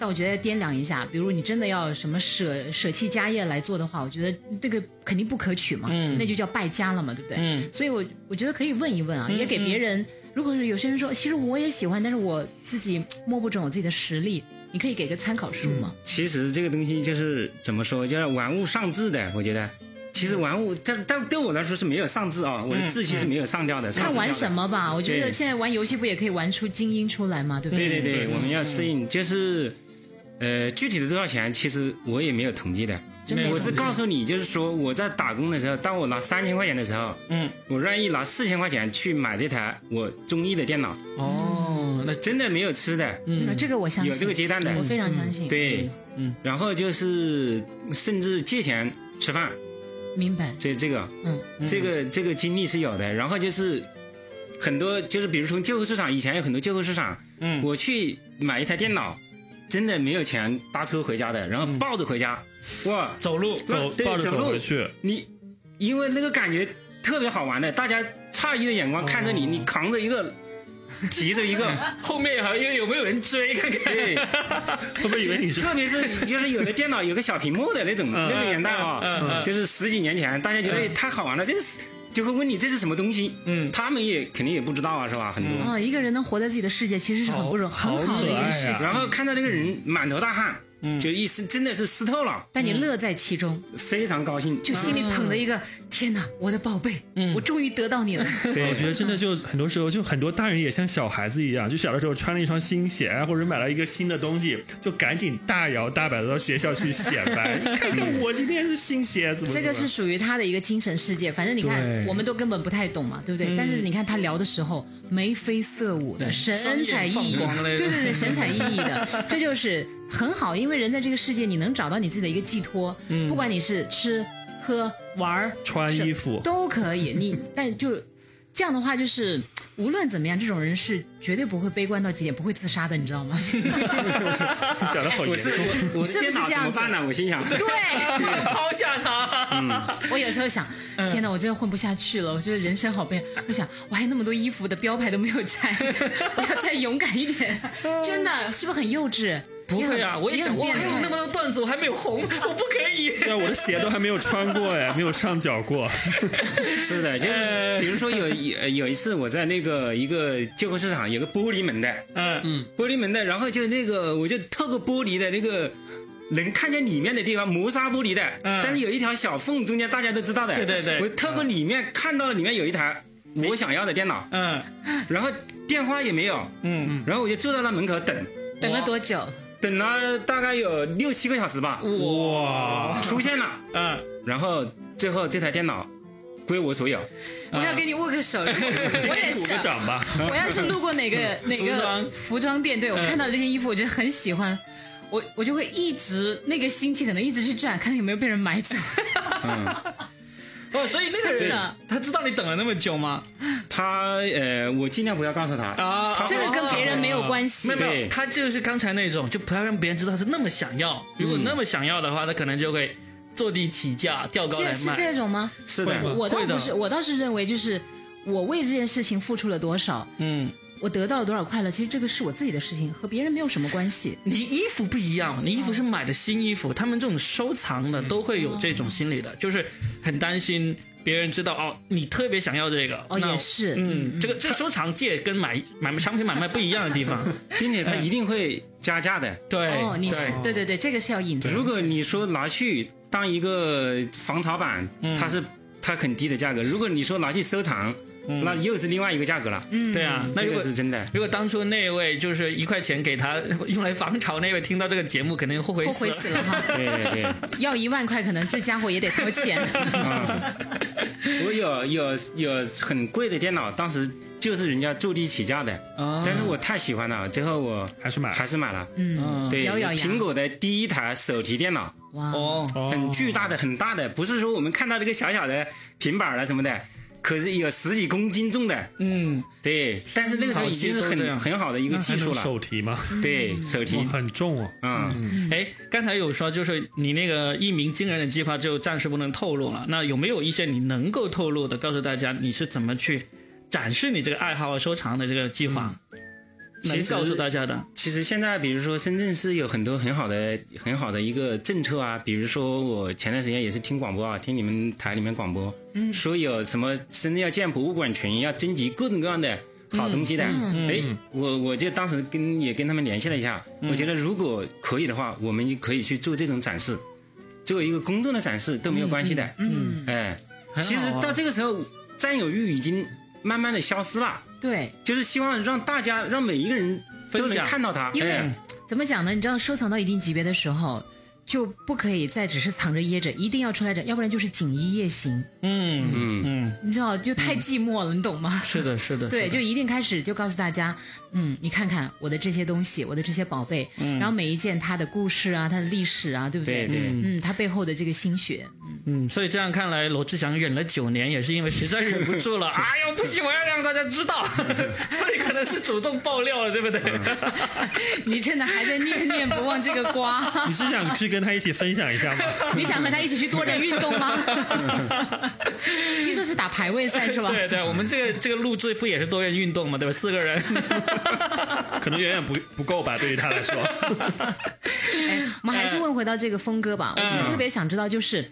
C: 但我觉得掂量一下，比如你真的要什么舍舍弃家业来做的话，我觉得这个肯定不可取嘛，
E: 嗯
C: 那就叫败家了嘛，对不对？
B: 嗯，
C: 所以我我觉得可以问一问啊，
E: 嗯
C: 也给别人。如果是有些人说，其实我也喜欢，但是我自己摸不准我自己的实力，你可以给个参考数嘛。
E: 其实这个东西就是怎么说，叫玩物丧志的，我觉得。其实玩物，但但对我来说是没有丧志
B: 嗯
E: 啊，我的志气是没有上吊的。
C: 看玩什
E: 么？
C: 么吧，我觉得
E: 对
C: 现在玩游戏不也可以玩出精英出来嘛，对不
E: 对对
C: 对
B: 嗯
E: 对，我们要适应，就是，呃，具体的多少钱，其实我也没有统计的。
C: 真没
E: 我是
C: 统计
E: 告诉你，就是说我在打工的时候，当我拿三千块钱的时候，
B: 嗯，
E: 我愿意拿四千块钱去买这台我中意的电脑，
B: 哦，那
E: 真的没有吃的，
C: 嗯这个我相信，
E: 有这个阶段的
C: 我，非常相信。，
E: 对，嗯，然后就是甚至借钱吃饭，
C: 明白。
E: 这这个，
C: 嗯，
E: 这个这个经历是有的。然后就是很多，就是比如说旧货市场，以前有很多旧货市场，
B: 嗯
E: 我去买一台电脑，真的没有钱搭车回家的，然后抱着回家，哇，
B: 走路
D: 走
E: 对
D: 抱着
E: 走
D: 走
E: 路
D: 回 去，
E: 你因为那个感觉特别好玩的，大家诧异的眼光看着你，你扛着一个，提着一个，
B: 后面好像有有没有人追？看看。
E: 对，
D: 他们以为你是
E: 特别是就是有的电脑有个小屏幕的那种那个年代啊，就是十几年前，大家觉得哎太好玩了，这是就会问你这是什么东西，嗯，他们也肯定也不知道啊，是吧？很多，
C: 啊，一个人能活在自己的世界，其实是很不容
D: 好
C: 很好的一件事
D: 好可
C: 情
D: 爱，
E: 嗯然后看到那个人满头大汗，就一身真的是湿透了，
C: 但你乐在其中，
E: 非常高兴，
C: 就心里捧着
E: 嗯
C: 一个天哪，我的宝贝，我终于得到 你了。
E: 对
D: 我觉得真的就很多时候，就很多大人也像小孩子一样，就小的时候穿了一双新鞋啊，或者买了一个新的东西，就赶紧大摇大摆的到学校去显摆， 看看我今天是新鞋，怎么
C: 这个
D: 怎么
C: 是属于他的一个精神世界，反正你看，
D: 对嗯
C: 我们都根本不太懂嘛，对不对？但是你看他聊的时候，眉飞色舞的，神采奕
B: 双眼
C: 奕
B: 放光，那
C: 对
B: 种
C: 对对，神采奕奕 的，这就是很好，因为人在这个世界，你能找到你自己的一个寄托，不管你是吃喝玩儿
D: 嗯穿
C: 是
D: 衣服
C: 都可以，你但就是这样的话，就是无论怎么样，这种人是绝对不会悲观到极点，不会自杀的，你知道 吗？
D: 讲的好
E: 我
D: 严
E: 这
D: 重。
E: 我我的电脑怎么办呢？我心想，
C: 对。
B: 抛下他，
E: 嗯
C: 我有时候想，
B: 嗯
C: 天哪，我真的混不下去了。我觉得人生好悲哀。我想，我还有那么多衣服的标牌都没有拆， 我要再勇敢一点。真的，是不是很幼稚？
B: 不会啊！
C: 很
B: 我也想，
C: 很
B: 我
C: 变
B: 还
C: 态
B: 有那么多段子，我还没有 红，我不可以。
D: 对啊，我的鞋都还没有穿过哎，没有上脚过。
E: 是的，就是比如说有有有一次我在那个一个旧货市场有个玻璃门的，
B: 嗯嗯，
E: 玻璃门的，然后就那个，我就透过玻璃的那个能看见里面的地方，磨砂玻璃的，
B: 嗯
E: 但是有一条小缝，中间大家都知道的。
B: 对对对
E: 我透过里面看到了里面有一台我想要的电脑，
B: 嗯
E: 然后电话也没有，
B: 嗯，
E: 然后我就坐在那门口等，
C: 等了多久？
E: 等了大概有六七个小时吧，
B: 哇，
E: 出现了，
B: 嗯，
E: 然后最后这台电脑归我所有。
C: 我
B: 嗯
C: 要跟你握个 手，我也
D: 鼓
C: 是
D: 个
C: 啊。
D: 掌吧。
C: 我要是路过哪个哪
B: 嗯服
C: 个
B: 装嗯
C: 服装店，对我看到这件衣服，我觉得很喜欢，我我就会一直那个心情可能一直去转，看有没有被人买走。
B: 哦，所以那个
C: 真
B: 人
C: 的
B: 他知道你等了那么久吗？
E: 他呃，我尽量不要告诉他。
B: 啊，
E: 他
C: 这个跟别人没有关系
B: 哦没有没有，
E: 对
B: 他就是刚才那种，就不要让别人知道他是那么想要。如果那么想要的话，他可能就会坐地起价，吊高
C: 这
B: 来
C: 是
B: 卖。
C: 这种吗？
E: 是的，
B: 会吗
C: 我
B: 嗯
C: 倒
B: 会的
C: 不是，我倒是认为就是我为这件事情付出了多少，
B: 嗯，
C: 我得到了多少快乐，其实这个是我自己的事情，和别人没有什么关系。
B: 你衣服不一样，你衣服是买的新衣服，他们这种收藏的都会有这种心理的，就是很担心别人知道哦，你特别想要这个。
C: 哦，
B: 那
C: 也是，
B: 嗯，这个这个收藏界跟买买商品买卖不一样的地方，
E: 并且他
B: 嗯
E: 一定会加价的。
B: 对，
C: 哦，你是
B: 对
C: 对对对，这个是要隐藏。
E: 如果你说拿去当一个防潮板，它是它很低的价格；如果你说拿去收藏，那又是另外一个价格了。嗯，
B: 对啊，那
E: 这
B: 如
E: 个
B: 果
E: 是真的。
B: 如果当初那位就是一块钱给他用来防潮那位听到这个节目，肯定后悔
C: 后
B: 死
C: 悔
B: 了。
C: 死了哈！
E: 对对 对。
C: 要一万块，可能这家伙也得 掏钱。
E: 啊， 我有有有很贵的电脑，当时就是人家就地起价的，
B: 啊
E: 但是我太喜欢了，最后我
D: 还是买了
E: 还是买了。
C: 嗯，
E: 对，
C: 咬咬牙
E: 苹果的第一台手提电脑，
C: 哇，
B: 哦，
E: 很巨大的，很大的，不是说我们看到这个小小的平板儿啊什么的，可是有十几公斤重的。
B: 嗯，
E: 对，但是那个时候已经是
B: 早期都这样
E: 很很好的一个
D: 那还
E: 技术
D: 能
E: 了。
D: 手提吗？
E: 对，手
D: 哇，
E: 提，
D: 很重哦。
E: 嗯，
B: 哎，刚才有说就是你那个一鸣惊人的计划就暂时不能透露了，那有没有一些你能够透露的，告诉大家你是怎么去展示你这个爱好和收藏的这个计划？能
E: 其实
B: 告诉大家的，
E: 其实现在比如说深圳市有很多很好的很好的一个政策啊，比如说我前段时间也是听广播啊，听你们台里面广播，嗯，说有什么深圳要建博物馆群，要征集各种各样的好东西的，哎、我我就当时跟也跟他们联系了一下，我觉得如果可以的话，我们可以去做这种展示，作为一个公众的展示都没有关系的，
C: 嗯，
E: 哎，
B: 很好
E: 其实
B: 啊
E: 到这个时候占有欲已经慢慢的消失了。
C: 对，
E: 就是希望让大家让每一个人都
B: 分
E: 能
B: 享
E: 看到它，
C: 因为
E: 哎
C: 怎么讲呢？你知道，收藏到一定级别的时候，就不可以再只是藏着掖着，一定要出来着，要不然就是锦衣夜行。
B: 嗯嗯嗯，
C: 你知道，就太寂寞了，你懂吗？
B: 是的，是的，
C: 对，
B: 是的
C: 就一定开始就告诉大家，嗯，你看看我的这些东西，我的这些宝贝，
D: 嗯
C: 然后每一件它的故事啊，它的历史啊，对不
E: 对对
C: 嗯，它背后的这个心血，
B: 嗯，所以这样看来，罗志祥忍了九年，也是因为实在忍不住 了。哎呦，不行，我要让大家知道，所以可能是主动爆料了，对不对？
C: 你真的还在念念不忘这个瓜？
D: 你是想去跟他一起分享一下吗？
C: 你想和他一起去多人运动吗？ 听说是打排位赛 是吧？
B: 对对，我们这个这个录制不也是多人运动嘛，对吧？四个人，
D: 可能远远不不够吧，对于他 来说。
C: 哎，我们还是问回到这个峰哥吧。我其
D: 嗯
C: 实特别想知道，就是，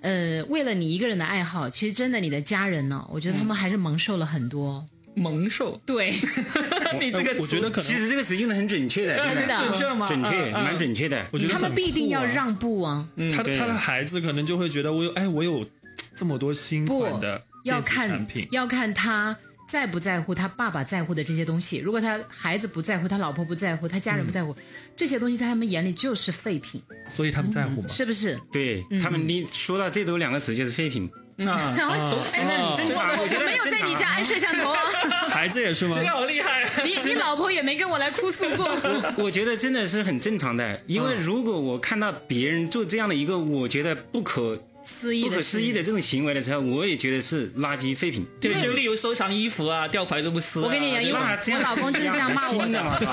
C: 呃，为了你一个人的爱好，其实真的你的家人呢，我觉
D: 嗯
C: 得他们还是蒙受了很多。
B: 猛兽。
C: 对，
B: 你这个啊词，
D: 我觉得可能
E: 其实这个词用的很准确的，
C: 真的
E: 真的
B: 准确吗？
E: 准确，
B: 嗯
E: 蛮。准确的。
D: 我觉得
C: 他们
D: 很
C: 必定
D: 酷啊
C: 要让步啊，
D: 他
E: 嗯对
D: 他的孩子可能就会觉得我有哎，我有这么多新款的电
C: 要
D: 子产
C: 看
D: 品，
C: 要看他在不在乎他爸爸在乎的这些东西。如果他孩子不在乎，他老婆不在乎，他家人不在乎，这些东西在他们眼里就是废品，
D: 所以他们在乎吗？
C: 是不是？
E: 对
C: 嗯
E: 他们，你说到最多两个词就是废品，
B: 啊，
C: 然后
E: 真的
C: 哎
E: 很正常。
C: 我
E: 觉
C: 我
E: 得
C: 没有
E: 很
C: 在你
E: 正
C: 家
E: 常
C: 安摄像头啊，
E: 嗯
D: 孩子也是吗
B: 这？个好厉害。
C: 你 你老婆也没跟我来哭诉过。
E: 我我觉得真的是很正常的，因
C: 嗯
E: 为如果我看到别人做这样的一个我觉得不可
C: 思
E: 不可思议
C: 的
E: 的这种行为的时候，我也觉得是垃圾废品。
B: 对，就例如收藏衣服啊，吊牌都不撕啊。
C: 我跟你讲因
B: 对
C: 为
B: 吧
E: 那这样
C: 我老公就是这样骂我的
E: 新的嘛。
C: 事，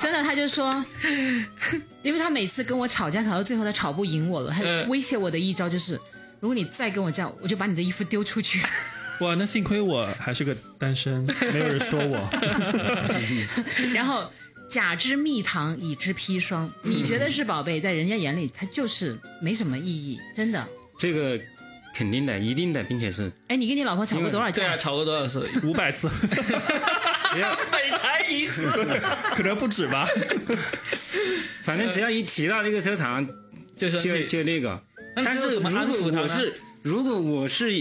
C: 真的，他就说， 因为他每次跟我吵架，吵到最后他吵不赢我了，他
B: 嗯
C: 威胁我的一招就是，如果你再跟我这样，我就把你的衣服丢出去。
D: 哇，那幸亏我还是个单 身，没有人说我。
C: 然后，甲之蜜糖，乙之砒霜，你觉得是宝贝，在人家眼里它就是没什么意义，真的。
E: 这个肯定的，一定的，并且是
C: 哎，你跟你老婆吵过多少
B: 对啊，
C: 架？
B: 吵过多少次？
D: 五百 次，
E: 只要
B: 每台一次。
D: 可能不止吧。
E: 反正只要一提到这个收藏，
B: 就是
E: 就就那个。
B: 那
E: 但
B: 这个
E: 是如
B: 怎么安
E: 果
B: 抚他
E: 我
B: 呢
E: 是如果我是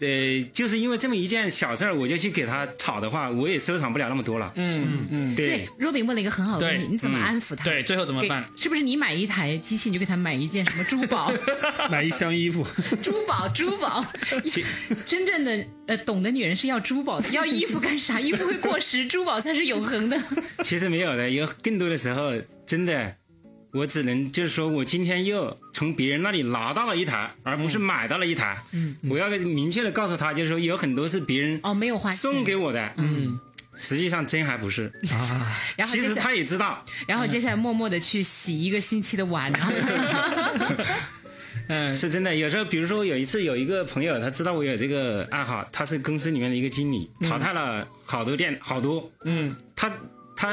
E: 呃，就是因为这么一件小事儿，我就去给他吵的话，我也收场不了那么多了。
B: 嗯嗯，
E: 对，
C: 若饼问了一个很好的问题，
B: 对
C: 你怎么
E: 嗯
C: 安抚他？
B: 对，最后怎么
C: 给
B: 办？
C: 是不是你买一台机器，你就给他买一件什么珠宝？
D: 买一箱衣服，
C: 珠宝，珠宝。真正的呃，懂的女人是要珠宝的，要衣服干啥？衣服会过时，珠宝才是永恒的。
E: 其实没有的，有更多的时候，真的，我只能就是说我今天又从别人那里拿到了一台，而不是买到了一台。嗯，我要明确的告诉他，就是说有很多是别人
C: 哦，没有花钱。
E: 送给我的。嗯，实际上真还不是。
C: 然后
E: 其
C: 接下
E: 实
C: 来
E: 他，也知道，
C: 然后接下来默默的去洗一个星期的碗，啊然后
B: 嗯
E: 是真的。有时候，比如说有一次有一个朋友，他知道我有这个爱好，他是公司里面的一个经理，淘汰了好多店，好多。
B: 嗯
E: 他他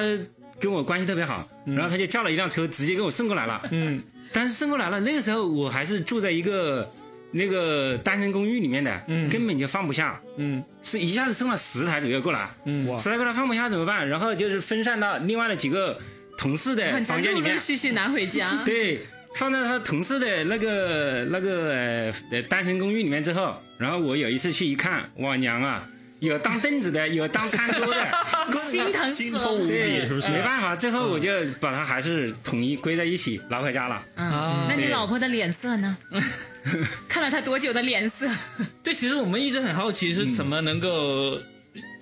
E: 跟我关系特别好，然后他就叫了一辆车，直接给我送过来了。
B: 嗯
E: 但是送过来了，那个时候我还是住在一个那个单身公寓里面的，
B: 嗯
E: 根本就放不下，
B: 嗯
E: 是一下子送了十台左右过来，
B: 嗯，
E: 十台过来放不下怎么办？然后就是分散到另外的几个同事的
C: 然后
E: 房
C: 你
E: 间
C: 陆
E: 里
C: 陆
E: 面，
C: 续续拿回家。
E: 对，放在他同事的那个那个呃呃单身公寓里面之后，然后我有一次去一看，哇娘啊，有当凳子的，有当餐桌的。
C: 心疼死
D: 心痛无
C: 了。
E: 啊对，
D: 比，是不是？
E: 没办法，最后我就把它还是统一归在一起拿回家了。
C: 嗯，那你
E: 对
C: 老婆的脸色 呢？看了她多久的脸色？
B: 对，其实我们一直很好奇是怎么能够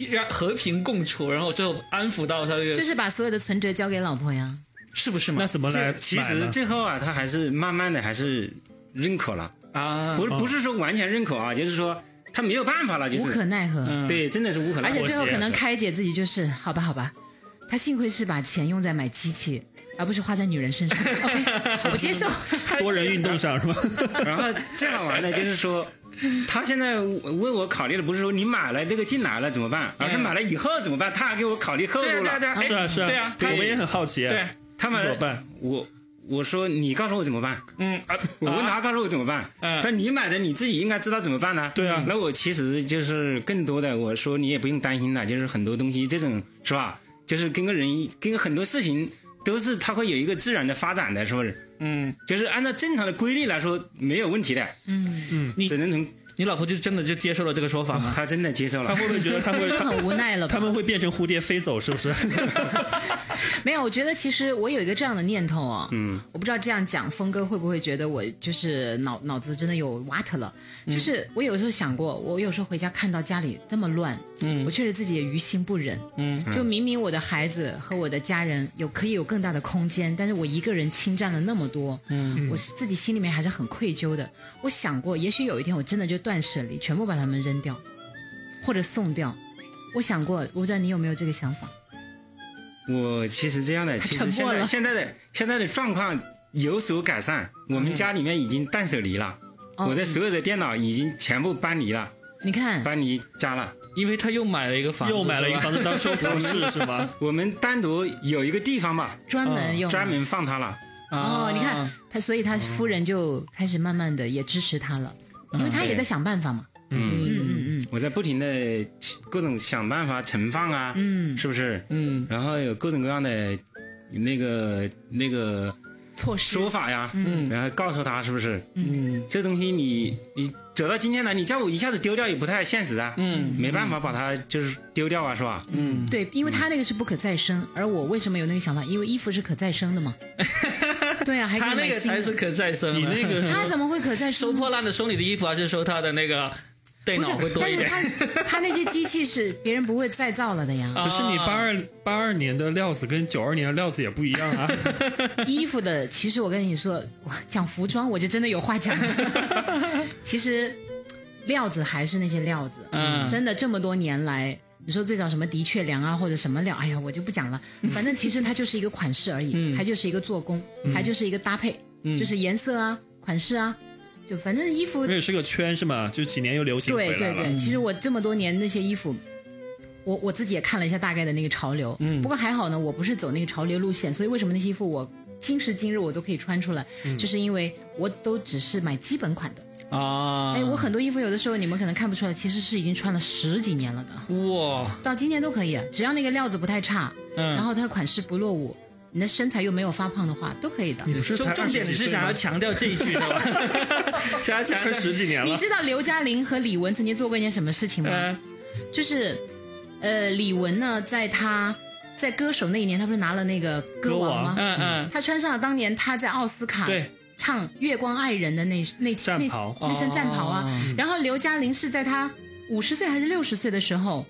B: 让和平共处，然后最后安抚到他这
C: 就
B: 个，
C: 是把所有的存折交给老婆呀。
B: 是不是嘛
D: 那？怎么来买
E: 这
D: 呢？
E: 其实最后啊，他还是慢慢的还是认可了，
B: 啊，
E: 不不是说完全认可啊，就是说他没有办法了，就
C: 无
E: 是
C: 可奈何。
B: 嗯
E: 对，真的是无可
C: 而
E: 奈
C: 且
E: 何。
C: 最后可能开解自己就是，啊好吧，好吧，他幸亏是把钱用在买机器，而不是花在女人身上。OK，我接 受。
D: 多人运动 上是吧？
E: 然后最好玩的就是说，他现在为我考虑的不是说你买了这个进来了怎么办，而是买了以后怎么办，他还给我考虑后
B: 对
E: 路
B: 啊对啊
E: 了。
B: 对啊，
D: 是啊是啊，
B: 对啊，
D: 我
B: 他
D: 们也很好奇，
B: 对，
E: 他买
D: 怎么
E: 了，
D: 办？
E: 我我说你告诉我怎么办，
B: 嗯啊，
E: 我问他告诉我怎么办，
B: 嗯
E: 他说你买的你自己应该知道怎么办呢。
D: 对啊
E: 那我其实就是更多的我说你也不用担心了，就是很多东西这种是吧？就是跟个人跟很多事情都是它会有一个自然的发展的，是不是？
B: 嗯，
E: 就是按照正常的规律来说没有问题的，
C: 嗯，
B: 你
E: 只能从
B: 你老婆就真的就接受了这个说法 吗？
E: 他真的接受
D: 他
E: 了。
D: 会不会觉得他会
C: 都很无奈了吧
D: 他们会变成蝴蝶飞走，是 不是？
C: 没有，我觉得其实我有一个这样的念头哦，嗯，我不知道这样讲峰哥会不会觉得我就是脑脑子真的有 what 了。就是我有时候想过，我有时候回家看到家里这么乱，嗯，我确实自己也于心不忍，嗯，就明明我的孩子和我的家人有可以有更大的空间，但是我一个人侵占了那么多，嗯，我是自己心里面还是很愧疚的。我想过，也许有一天我真的就断舍离，全部把他们扔掉，或者送掉。我想过，我不知道你有没有这个想法。
E: 我其实这样的，其
C: 沉
E: 实现
C: 默
E: 在
C: 了
E: 现在的现在的状况有所改善，我们家里面已经断舍离了，
C: 哦
E: 我的所有的电脑已经全部搬离了，
C: 你看，
E: 搬离家了。
B: 因为他又买了一个房子，
D: 又买了一个房
B: 子，
D: 子当收藏 室是吗？
E: 我们单独有一个地方吧，
C: 专门嗯用、
E: 专门放它了。
B: 嗯啊
C: 哦，你看他，所以他夫人就开始慢慢的也支持他了，因
B: 嗯
C: 为他也在想办法嘛。嗯
E: 我在不停的各种想办法存放啊，嗯，是不是？
B: 嗯，
E: 然后有各种各样的那个那个
C: 措施
E: 说法呀，嗯，然后告诉他是不是？嗯，这东西你你走到今天来，你叫我一下子丢掉也不太现实啊，嗯，没办法把它就是丢掉啊，是吧？
C: 对，
B: 嗯
C: 因为他那个是不可再生，而我为什么有那个想法？因为衣服是可再生的嘛。 对啊，还可
B: 他
C: 以
B: 那
C: 买
B: 个
C: 新
B: 才是
C: 的。
B: 可再生的，
D: 你 那个
C: 他怎么会可再
B: 收
C: 生呢？
B: 破烂的收你的衣服，还是收他的那个电
C: 不
B: 脑会
C: 是，
B: 多
C: 但
B: 一
C: 是
B: 点？啊
C: 他他那些机器是别人不会再造了的 呀。
D: 可是你八二八二年的料子跟九二年的料子也不一样 啊，
C: 衣服的，其实我跟你说，哇讲服装我就真的有话讲了。其实料子还是那些料子，
B: 嗯
C: 真的这么多年来，你说最早什么的确良啊，或者什么料，哎呀，我就不讲了。反正其实它就是一个款式而已，它就是一个做工，它就是一个搭配，就是颜色啊、款式啊，就反正衣服
D: 因为是个圈是吗？就几年又流行回来
C: 对
D: 了。
C: 对对，其实我这么多年那些衣服，我我自己也看了一下大概的那个潮流，嗯，不过还好呢，我不是走那个潮流路线，所以为什么那些衣服我今时今日我都可以穿出来，就是因为我都只是买基本款的。
B: 啊，
C: 哎，我很多衣服有的时候你们可能看不出来，其实是已经穿了十几年了的，
B: 哇，
C: 啊到今年都可以，只要那个料子不太差，
B: 嗯
C: 然后它的款式不落伍。你的身材又没有发胖的话，都可以的。
D: 你不是
B: 重
D: 才
B: 重点
D: 20
B: 你
D: 几
B: 是
D: 岁
B: 想
D: 吗
B: 要强调这一句是吧？ 想要强
D: 才
B: 调
D: 十几年
C: 你
D: 了，
C: 知道刘嘉玲和李玟曾经做过一件什么事情吗？
B: 呃
C: 就是，呃，李玟呢，在她在歌手那一年，她不是拿了那个歌王吗？
B: 嗯嗯，
C: 她穿上了当年她在奥斯卡
D: 对
C: 唱《月光爱人》的那那
D: 战
C: 那
D: 袍
C: 那身战袍啊。
B: 哦
C: 然后刘嘉玲是在她五十岁还是六十岁的时候，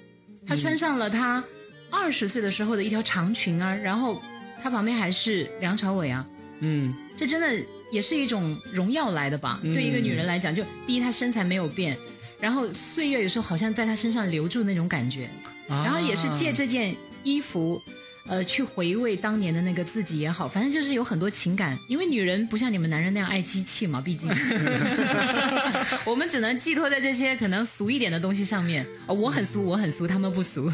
C: 她穿上了她二十岁的时候的一条长裙啊，然后她旁边还是梁朝伟啊，
B: 嗯，
C: 这真的也是一种荣耀来的吧？对一个女人来讲，就第一她身材没有变，然后岁月有时候好像在她身上留住那种感觉，
B: 啊
C: 然后也是借这件衣服。呃，去回味当年的那个自己也好，反正就是有很多情感，因为女人不像你们男人那样爱机器嘛，毕竟， 我们只能寄托在这些可能俗一点的东西上面。哦、我很俗，我很俗，他们不俗，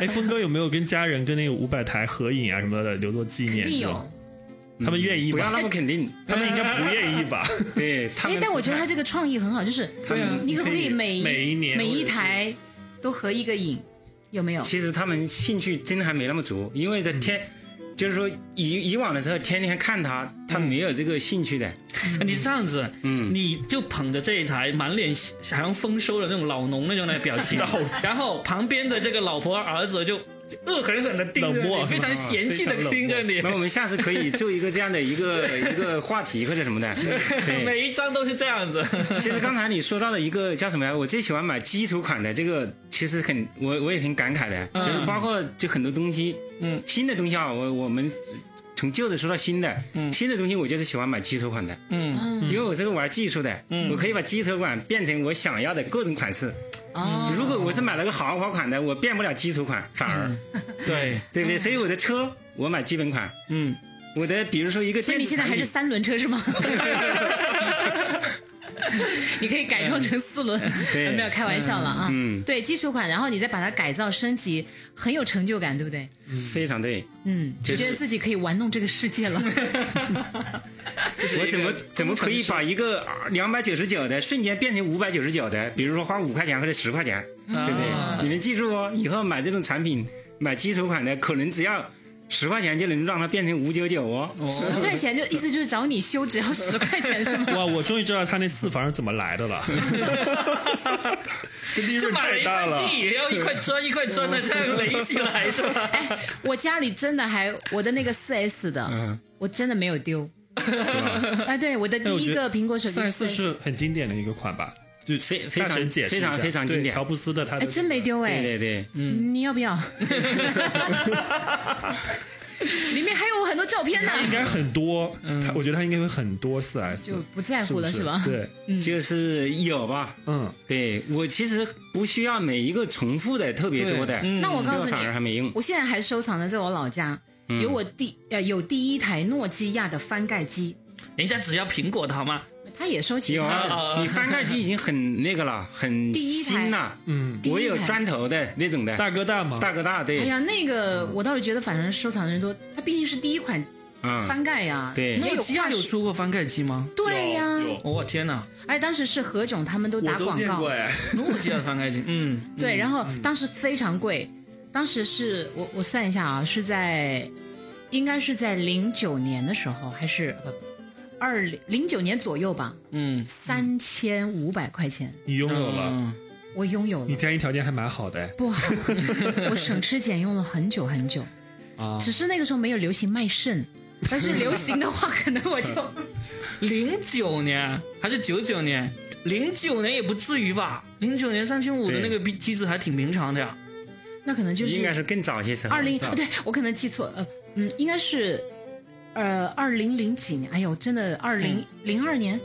D: 哎，峰哥有没有跟家人跟那个五百台合影啊什么的留作纪
C: 肯
D: 念？
C: 定有。
D: 他们愿意
E: 不要
D: 吗？
E: 那么肯定，
D: 他们应该不愿意吧？
E: 对他
C: 哎
E: 们，。
C: 但我觉得他这个创意很好，就是
E: 对啊
C: 你可不可
D: 你可
C: 以
D: 以
C: 每
D: 每一年
C: 每
D: 或者
C: 一
D: 是
C: 台都合一个影，有没有？
E: 其实他们兴趣真的还没那么足，因为在天，
C: 嗯
E: 就是说以以往的时候，天天看他，他没有这个兴趣的。
B: 啊你是这样子，
E: 嗯
B: 你就捧着这一台满脸好像丰收的那种老农那种的表 情，然后旁边的这个老婆儿子就恶狠狠的盯着
D: 冷漠啊
B: 你，非常嫌弃的盯着你
E: 那， 我们下次可以做一个这样的 一个一个话题或者什么的。
D: 哎
E: 对，
B: 每一张都是这样 子。
E: 其实刚才你说到的一个叫什么呀？我最喜欢买基础款的这个，其实很我我也很感慨的，
B: 嗯
E: 就是包括就很多东西，
B: 嗯，
E: 新的东西啊，我我们从旧的说到新的，新的东西我就是喜欢买基础款的，
B: 嗯，
E: 因为我是个玩技术的，我可以把基础款变成我想要的各种款式。
C: 哦，
E: 如果我是买了个豪华款的，我变不了基础款，反
B: 嗯
E: 而
B: 对，
E: 对不对？所以我的车我买基本款，
B: 嗯，
E: 我的比如说一个
C: 所以
E: 电
C: 你
E: 子
C: 现在
E: 产
C: 还是
E: 品，
C: 三轮车是吗？ 你可以改装成四轮，
E: 对
C: 没有开玩笑了啊。
E: 嗯，
C: 对，基础款，然后你再把它改造升级，很有成就感，对不对？
E: 非常对。
C: 嗯，就觉得自己可以玩弄这个世界了。
E: 我怎么
B: 这是一个
E: 怎么可以把一个两百九十九的瞬间变成五百九十九的？比如说花五块钱或者十块钱，对不对？你们记住哦，以后买这种产品，买基础款的，可能只要十块钱就能让它变成五九九哦。
C: 十块钱就意思就是找你修，只要十块钱是吗？
D: 哇，我终于知道他那四房是怎么来 的了，这 利
B: 就
D: 润
B: 买了
D: 太
B: 一块
D: 大了。嗯
B: 地，然后一块砖一块砖的这样垒起 来是吧？
C: 我家里真的还我的那个四 S 的，
E: 嗯
C: 我真的没有丢。哎，对，我的第
D: 哎我
C: 一
D: 觉
C: 个
D: 得
C: 苹果手机
D: 三
C: 4
D: 四
C: S
D: 是很经典的一个款吧，就
E: 非非
D: 大
E: 常
D: 神解释一下
E: 非常非常
D: 对
E: 经典
D: 乔布斯的他
C: 哎，
D: 的
C: 真没丢哎、
E: 对对对，
C: 你要不要？里面还有我很多照片呢，
D: 应该很多，他我觉得他应该会很多哎四 S，
C: 嗯就不在乎了
D: 是
C: 是吧
D: 不是对，
E: 就是有吧。
D: 嗯，
E: 对我其实不需要每一个重复的特别多的，
C: 嗯那我
E: 嗯这
C: 告诉你
E: 个反而还没用。
C: 我现在还收藏的，在我老家。有我第呃有第一台诺基亚的翻盖机，
B: 人家只要苹果的好吗？
C: 他也收其
E: 有
C: 他的。
E: 啊，你翻盖机已经很那个了，很
C: 第一台
E: 新了。
D: 嗯，
E: 我有
C: 第一台
E: 砖头的那种的，
D: 大哥大嘛，
E: 大哥大对
C: 哎，呀，那个我倒是觉得，反正收藏的人多，它毕竟是第一款
E: 嗯
C: 翻盖呀、
E: 对
C: 也有
B: 基亚
C: 二
B: 有
C: 十
B: 出过翻盖机吗？
C: 对呀、
B: 我天哪，
C: 哎，当时是何炅他们都打
D: 我都
C: 广
D: 见
C: 告
D: 过，哎，
B: 诺基亚的翻盖机，嗯，
C: 对，然后当时非常贵，当时是我我算一下啊，是在应该是在零九年的时候，还是呃二零九年左右吧，
B: 嗯，
C: 三千五百块钱
D: 你拥有了，
B: 嗯
C: 我拥有
D: 你
C: 了。
D: 家庭条件还蛮好的，哎
C: 不好， 我省吃俭用了很久很久，
D: 啊，
C: 只是那个时候没有流行卖肾，但是流行的话，可能我就
B: 零九年还是九九年？零九年也不至于吧？零九年三千五的那
E: 对
B: 个机机子还挺平常的呀。
C: 那可能就
E: 应该
C: 是
E: 是更早些时候。
C: 二零，对我可能记错，呃，嗯，应该是呃二零零几年，哎呦，真的二零零二年，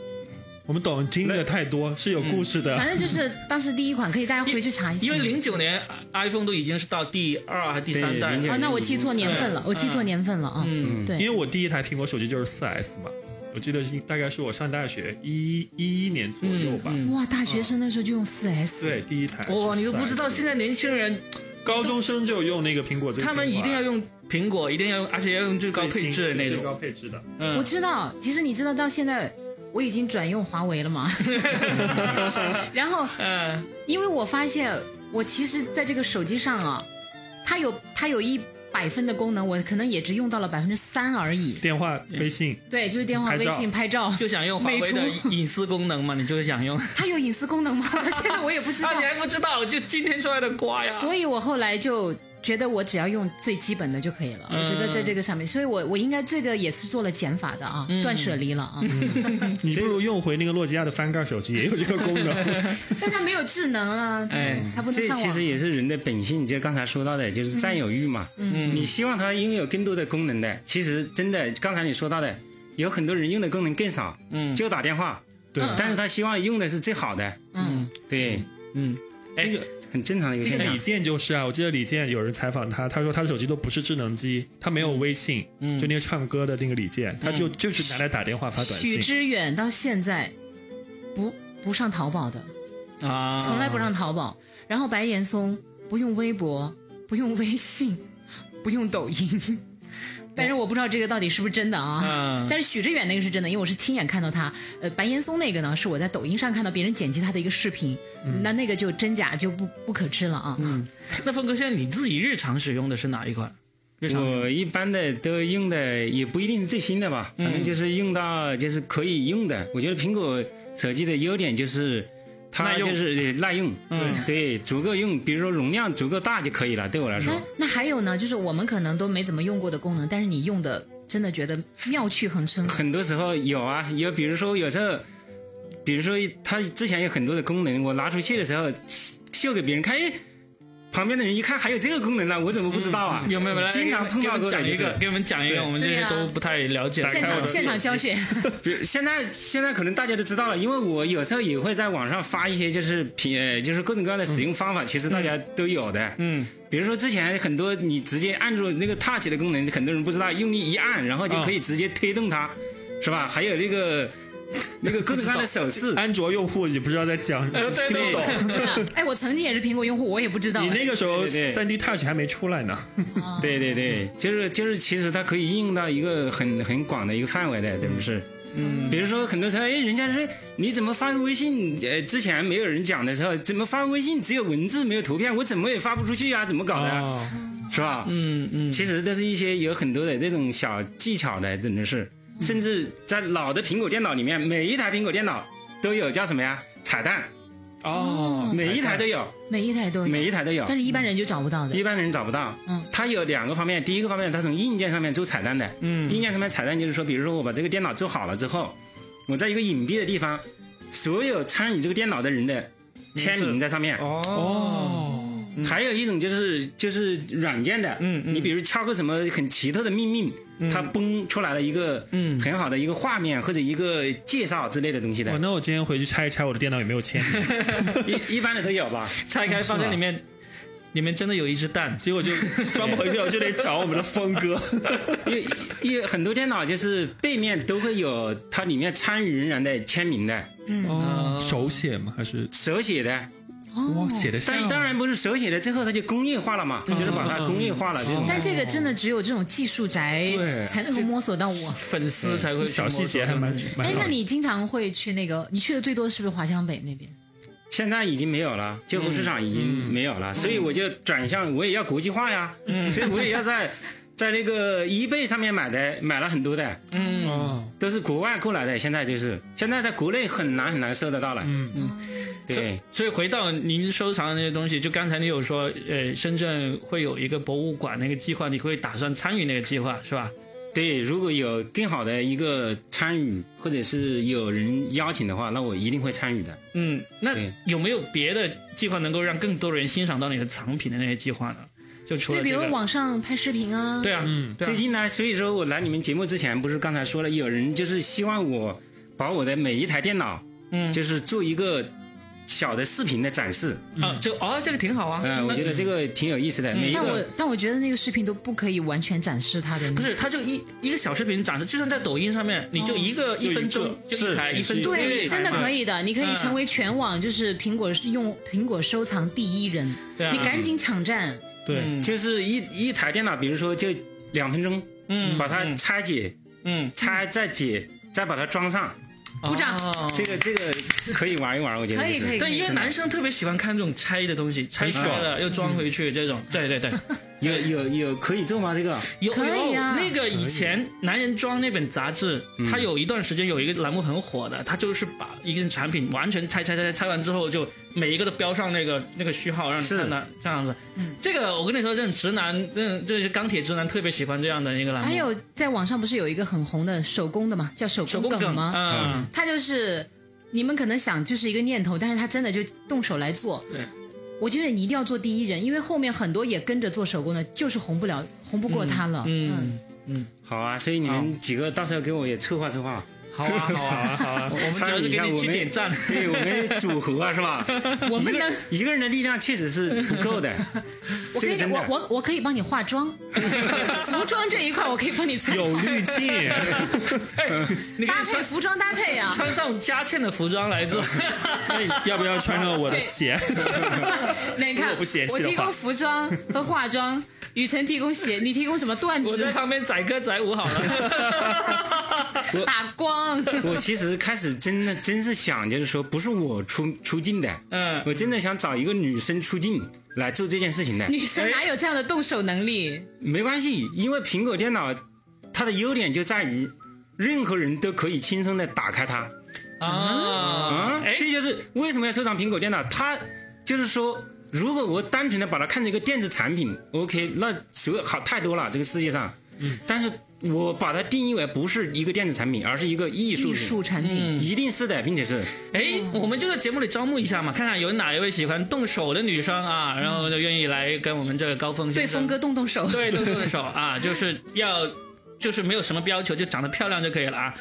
D: 我们懂经历的太
B: 嗯
D: 多，是有故事的
C: 反，正就是当时第一款，可以大家回去查一下。
B: 因为零九年 iPhone 都已经是到第二还是第三代
E: 对
B: 了
E: 09
C: 啊，那我记错年份了，我记错年份了啊。嗯，
D: 因
C: 对
D: 为我第一台苹果手机就是四 S 嘛，我记得是大概是我上大学一一一年左右吧，
C: 哇，大学生那时候就用四 S，
D: 对，第一台是 4S。
B: 嗯哇，你都不知道现在年轻人
D: 高中生就用那个苹果最新款，
B: 他们一定要用苹果，一定要用，而且要用最高配置的那
D: 最
B: 种。
D: 高配置的。
B: 嗯
C: 我知道。其实你知道到现在我已经转用华为了嘛。然后，
B: 嗯，
C: 因为我发现我其实在这个手机上啊，它有它有一。百分的功能，我可能也只用到了百分之三而已。
D: 电话、微信，
C: 对，就是电话、
D: 拍
C: 微
D: 照
C: 信、拍照。
B: 就想用华
C: 美
B: 为
C: 图
B: 的隐私功能嘛，你就是想用啊，
C: 它有隐私功能吗？ 现在我也不知道。
B: 你还不知道，就今天出来的瓜呀。
C: 所以我后来就觉得我只要用最基本的就可以了。我觉得在这个上面，所以我我应该这个也是做了减法的啊，断舍离了啊。
B: 嗯
D: 你不如用回那个诺基亚的翻盖手机，也有这个功能。
C: 但它没有智能啊，
B: 哎
C: 它不能
E: 这
C: 上
E: 其
C: 网
E: 实。也是人的本性，就刚才说到的，就是占有欲嘛。嗯，你希望它拥有更多的功能的，其实真的刚才你说到的，有很多人用的功能更少，
B: 嗯
E: 就打电话。
D: 对嗯
E: 但是他希望用的是最好的，
C: 嗯，
E: 对，
B: 嗯，哎
D: 那个
E: 很正常的一个现
D: 那
E: 象
D: 李。健就是啊，我记得李健有人采访他，他说他的手机都不是智能机，他没有微信，就那个唱歌的那个李健，他就就是拿来打电话发短
C: 许
D: 信。
C: 知远到现在不不上淘宝的，
B: 啊，
C: 从来不上淘宝。然后白岩松不用微博，不用微信，不用抖音。但是我不知道这个到底是不是真的啊。
B: 嗯
C: 但是许知远那个是真的，因为我是亲眼看到他。呃，白岩松那个呢，是我在抖音上看到别人剪辑他的一个视频，那那个就真假就不不可知了啊。嗯，
B: 那峰哥，现在你自己日常使用的是哪一款？日常
E: 我一般的都用的也不一定是最新的
B: 嗯
E: 吧，反正就是用到就是可以用的。我觉得苹果手机的优点就是它
B: 耐用
E: 就是耐用，
B: 嗯
E: 对，足够用，比如说容量足够大就可以了。对我来说
B: 嗯
C: 那，那还有呢，就是我们可能都没怎么用过的功能，但是你用的真的觉得妙趣横 生。
E: 很多时候有啊，有比如说有时候，比如说它之前有很多的功能，我拿出去的时候秀秀给别人看，哎，旁边的人一看还有这个功能呢，我怎么不知道啊？
B: 嗯有没有来
E: 经常碰
B: 给我
E: 到
B: 们
E: 过的
B: 讲
E: 就
B: 一
E: 是
B: 个，。给我们讲一个，
E: 对
B: 我们这些
C: 对啊
B: 都不太了解。
C: 现场现场教学，
E: 比如现在现在可能大家都知道了，因为我有时候也会在网上发一些就是品呃就是各种各样的使用方法，其实大家都有的。
B: 嗯，
E: 比如说之前很多你直接按住那个 touch 的功能，很多人不知道，用力一按，然后就可以直接推动它，是吧？还有那个那个各种各样的手势，
D: 安卓用户也不知道在讲什 么，
B: 呃对
D: 听
B: 对
D: 不懂。
C: 哎，我曾经也是苹果用户，我也不知道哎
D: 你。那个时候
E: 对对对
D: 三 D Touch 还没出来呢。
E: 对对对，就是就是，其实它可以应用到一个很很广的一个范围的，这不是？嗯，比如说很多时候，哎，人家说你怎么发个微信？呃，之前没有人讲的时候，怎么发微信只有文字没有图片，我怎么也发不出去啊？怎么搞的？
D: 哦，
E: 是吧？
B: 嗯嗯，
E: 其实都是一些有很多的这种小技巧的，真的是，甚至在老的苹果电脑里面，每一台苹果电脑都有叫什么呀？彩蛋，
B: 哦，
E: 每一台都有，
C: 每一台都有，
E: 每一台都有
C: 但，是一般人就找不到的
E: 一。般人找不到。
C: 嗯，
E: 它有两个方面，第一个方面，它从硬件上面做彩蛋的。
B: 嗯
E: 硬件上面彩蛋就是说，比如说我把这个电脑做好了之后，我在一个隐蔽的地方，所有参与这个电脑的人的签名在上面。
B: 嗯哦，
E: 还有一种就是就是软件的，
B: 嗯嗯
E: 你比如敲个什么很奇特的命令，它崩出来了一个
B: 嗯
E: 很好的一个画面或者一个介绍之类的东西
B: 哦
D: 哇
E: 的，
D: 哦那我今天回去拆一拆我的电脑有没有签名，
E: 一一般的都有 吧。
B: 拆开发现里面里面真的有一只蛋。
D: 结果就装不回去，我就得找我们的峰哥。
E: 因因为很多电脑就是背面都会有它里面参与人员的签名的，
B: 嗯
D: 哦，手写吗？还是
E: 手写的，
C: 哦
D: 哇写的
E: 但
D: 像？
E: 当然不是手写的，最后它就工业化了嘛，就是把它工业化了这种。
C: 但这个真的
B: 嗯
C: 只有这种技术宅
D: 对
C: 才能够摸索到我。
B: 粉丝才会去
D: 小
B: 摸索嗯
D: 细节还蛮蛮
C: 哎，
D: 好
C: 那
D: 的。
C: 你经常会去那个？你去的最多是不是华强北那边？
E: 现在已经没有了，就湖市场已经没有了，所以我就转向，我也要国际化呀，所以我也要在在那个 eBay 上面买的，买了很多的，
D: 哦，
E: 都是国外过来的。现在就是现在在国内很难很难搜得到了。嗯嗯，对，
B: 所以回到您收藏的那些东西，就刚才你有说，呃，深圳会有一个博物馆那个计划，你会打算参与那个计划是吧？
E: 对，如果有更好的一个参与，或者是有人邀请的话，那我一定会参与的。
B: 嗯，那
E: 对
B: 有没有别的计划能够让更多人欣赏到你的藏品的那些计划呢？就除了
C: 对，比
B: 这
C: 如
B: 个，
C: 网上拍视频啊。
B: 对啊，嗯，
E: 最近呢，所以说我来你们节目之前，不是刚才说了，有人就是希望我把我的每一台电脑，
B: 嗯
E: 就是做一个小的视频的展示。
B: 啊，就哦，这个挺好啊。
E: 嗯，我
B: 那嗯
E: 觉得这个挺有意思的。每一
C: 但我
E: 个
C: 但我觉得那个视频都不可以完全展示它的那
B: 不是，它就一一个小视频展示，就算在抖音上面，
C: 哦
B: 你就一个、一分钟
D: 就一个
B: 就一台
D: 是
B: 一分钟，
C: 对，真的可
B: 以。
C: 以的，你可
B: 嗯
C: 以成为全网就是苹果用苹果收藏第一人，
B: 对啊嗯
C: 你赶紧抢占。
D: 对，
E: 就是一一台电脑，比如说就两分钟，
B: 嗯，
E: 把它
B: 嗯
E: 拆解、
B: 嗯，
E: 拆再解，再把它装上。
C: 鼓掌
B: 哦
E: 这个这个可以玩一玩，我觉得
C: 可以
E: 就是
C: 可以
B: 对，因为男生特别喜欢看这种拆的东西，拆开了又装回去这种。对对对，
E: 有有有可以做吗？这个
B: 有
C: 可以
B: 有
C: 啊
B: 那个以前《男人装》那本杂志，它有一段时间有一个栏目很火的，它就是把一件产品完全拆拆拆拆拆完之后，就每一个都标上那个那个序号，让你
E: 是
B: 看到这样子。
C: 嗯
B: 这个我跟你说，这种直男，这这些钢铁直男特别喜欢这样的一个栏目。
C: 还有在网上不是有一个很红的手工的嘛，叫手
B: 手
C: 工
B: 工
C: 梗
B: 梗
C: 吗？
B: 嗯，
C: 他就是你们可能想就是一个念头，但是他真的就动手来做。
B: 对，
C: 我觉得你一定要做第一人，因为后面很多也跟着做手工的，就是红不了，红不过他了。
B: 嗯
E: 好啊，所以你们几个到时候给我也策划策划，
B: 好啊，好啊，好啊， 我们主
E: 参
B: 要
E: 与
B: 是
E: 一
B: 给
E: 下
B: 你
E: 我
B: 去
E: 们
B: 点赞。
E: 对我 们组合啊，是吧？
C: 我们能，
E: 一个人的力量确实是不够的，
C: 我可
E: 这个
C: 以，
E: 真
C: 我
E: 的。
C: 我我可以帮你化妆，服装这一块我可以帮你参
D: 有滤镜，
B: 哎你可
C: 搭
B: 以
C: 配
B: 穿
C: 服装搭配 啊。
B: 穿上佳倩的服装来 做。哎
D: 那要不要穿上我的鞋？
C: 那你看
D: 如果不嫌弃，的
C: 我
D: 话
C: 提供服装和化妆，雨辰提供鞋，你提供什么段
B: 我在
C: 子？
B: 旁边载歌载舞好了。
C: 打光，
E: 我其实开始真的真是想，就是说不是我出出镜的，
B: 嗯
E: 我真的想找一个女生出镜来做这件事情的。
C: 女生哪有这样的动手能力？
E: 没关系，因为苹果电脑它的优点就在于任何人都可以轻松的打开它
B: 啊
E: 啊，，
B: 哎，
E: 这就是为什么要收藏苹果电脑。它就是说，如果我单纯的把它看成一个电子产品，OK，那所有好太多了这个世界上。嗯，但是我把它定义为不是一个电子产品，而是一嗯个艺术
C: 艺
E: 品，
C: 术产品，
E: 一定是的，并且是
B: 哎，
E: 嗯
B: 我们就在节目里招募一下嘛，看看有哪一位喜欢动手的女生啊，然后就愿意来跟我们这个高峰先
C: 对
B: 生
C: 峰哥动动手。
B: 对动动手 啊，就是要就是没有什么要求，就长得漂亮就可以了 啊。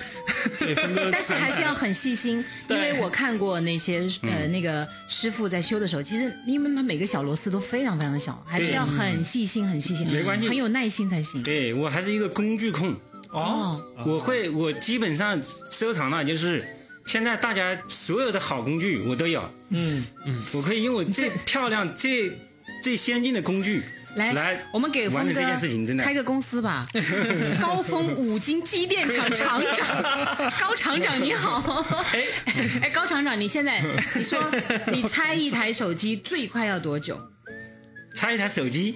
D: 对，峰哥
C: 但是还是要很细心，因
B: 对
C: 为我看过那些
E: 嗯
C: 呃那个师傅在修的时候，其实因为他每个小螺丝都非常非常的小，还是要很细心、很细心，
E: 嗯没关系
C: 很有耐心才行。
E: 对我还是一个工具控。
C: 啊
B: 哦，
E: 我会，我基本上收藏了，就是现在大家所有的好工具我都有。
B: 嗯
E: 嗯，我可以用我最漂亮、 最最先进的工具
C: 来，
E: 来
C: 我们给峰
E: 完
C: 哥
E: 成这件事情，真的
C: 开个公司吧，高峰五金机电厂厂 长，高厂长你好，
B: 哎，
C: 哎，高厂长，你现在你说你拆一台手机最快要多久？
E: 拆一台手机，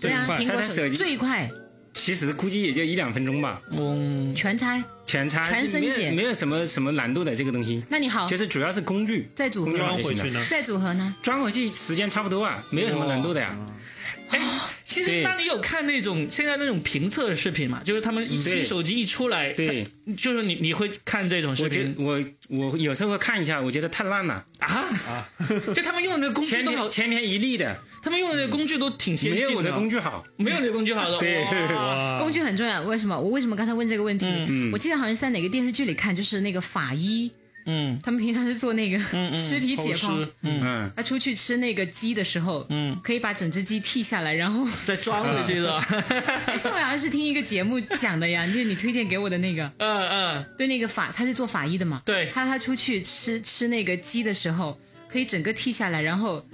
C: 对啊，
D: 快
C: 苹果
E: 拆台手机
C: 最快
E: 其实估计也就一两分钟吧，
B: 嗯，
C: 全拆，
E: 全拆，
C: 全分
E: 没
C: 解
E: 有没有什么什么难度的这个东西，
C: 那你好
E: 其，实主要是工具
C: 再组
E: 工具
C: 合
E: 好
D: 装
E: 就
D: 回
E: 行
D: 去
E: 了，
D: 呢。
C: 再组合呢？
E: 装回去时间差不多啊，没有什么难度的呀。
B: 其实那你有看那种现在那种评测视频嘛？就是他们一
E: 对
B: 新手机一出来，
E: 对，
B: 它，就是你你会看这种视
D: 哦
E: 我觉
B: 频
E: 我我有时候会看一下，我觉得太烂了，
B: 啊？ 就他们用的那个工具
E: 千
B: 都好
E: 篇，千篇一律的，
B: 他们用的那个工具都挺先
E: 没
B: 进
E: 有我的工
B: 具，
E: 具好。
B: 没有你的工具好的，
E: 对
B: 哇
C: 工具很重要，为什么？我为什么刚才问这个问题？我记得好像是在哪个电视剧里看，就是那个法医，
B: 嗯。
C: 他们平常是做那个 尸体解
B: 偷
C: 剖
B: 师，嗯，
E: 嗯，
C: 他出去吃那个鸡的时候，嗯，可以把整只鸡剔下 来，然后。
B: 再装回去 的。
C: 但是我好像是听一个节目讲的呀，就是你推荐给我的那个，
B: 嗯嗯，
C: 对那个法，他是做法医的嘛，
B: 对
C: 他他出去吃吃那个鸡的时候，可以整个剔下来，然后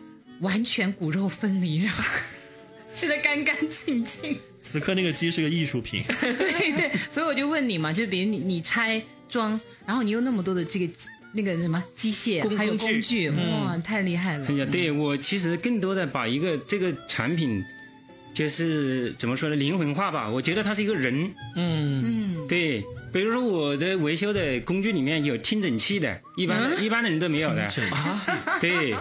C: 完全骨肉分离，然后 吃的干干净净。
D: 此刻那个鸡是个艺术品，
C: 对对，所以我就问你嘛，就比如你你拆装，然后你有那么多的这个那个什么机械，
B: 工
C: 还有
B: 工
C: 工
B: 具
C: 具，哇，太厉害了
E: 哎！呀，对我其实更多的把一个这个产品，就是怎么说呢，灵魂化吧。我觉得它是一个人，嗯嗯，对。比如说我的维修的工具里面有听诊器的，一般
C: 嗯
E: 的、一般的人都没有的。对，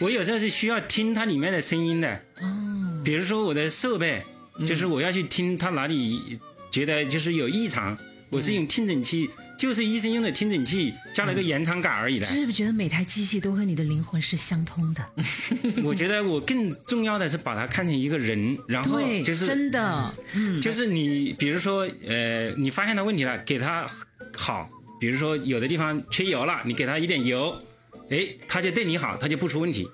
E: 我有时候是需要听它里面的声音的。
C: 哦
E: 比如说我的设备，
C: 嗯
E: 就是我要去听它哪里觉得就是有异常，我是用听诊器，就是医生用的听诊器，加
C: 嗯
E: 了一个延长杆而 已的
C: 就。是不是觉得每台机器都和你的灵魂是相通的？
E: 我觉得我更重要的是把他看成一个人，然后
C: 对，
E: 就是
C: 真的，嗯，
E: 就是你，比如说呃，你发现他问题了，给他好，比如说有的地方缺油了，你给他一点油，哎，他就对你好，他就不出问题，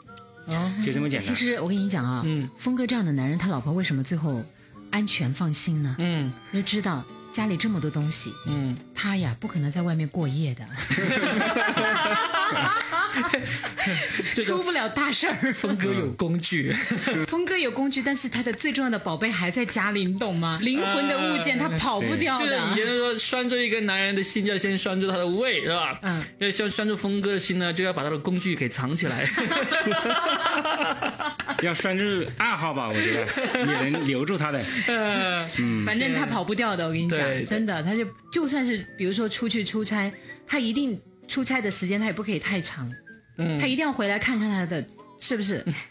E: 就这么 简
C: 其
E: 单。
C: 实我跟你讲啊，嗯，峰哥这样的男人，他老婆为什么最后安全放心呢？
B: 嗯
C: 你就知道家里这么多东西，
B: 嗯，
C: 他呀不可能在外面过夜的，
F: 这
C: 出
F: 个
C: 不了大事儿。
F: 峰哥有工具，
C: 峰哥有工具，但是他的最重要的宝贝还在家里，你懂吗？灵魂的物
B: 呃
C: 件他跑不掉
F: 就是以前
C: 的。啊
F: 说拴住一个男人的心，就要先拴住他的胃，是吧？
C: 嗯，
F: 要先拴住峰哥的心呢，就要把他的工具给藏起来。
E: 要拴住暗号吧，我觉得也能留住他的。
C: 反正他跑不掉的，我跟你讲
F: 对对，
C: 真的，他就就算是比如说出去出差，他一定出差的时间他也不可以太长，他一定要回来看看他的是 不是？
B: 嗯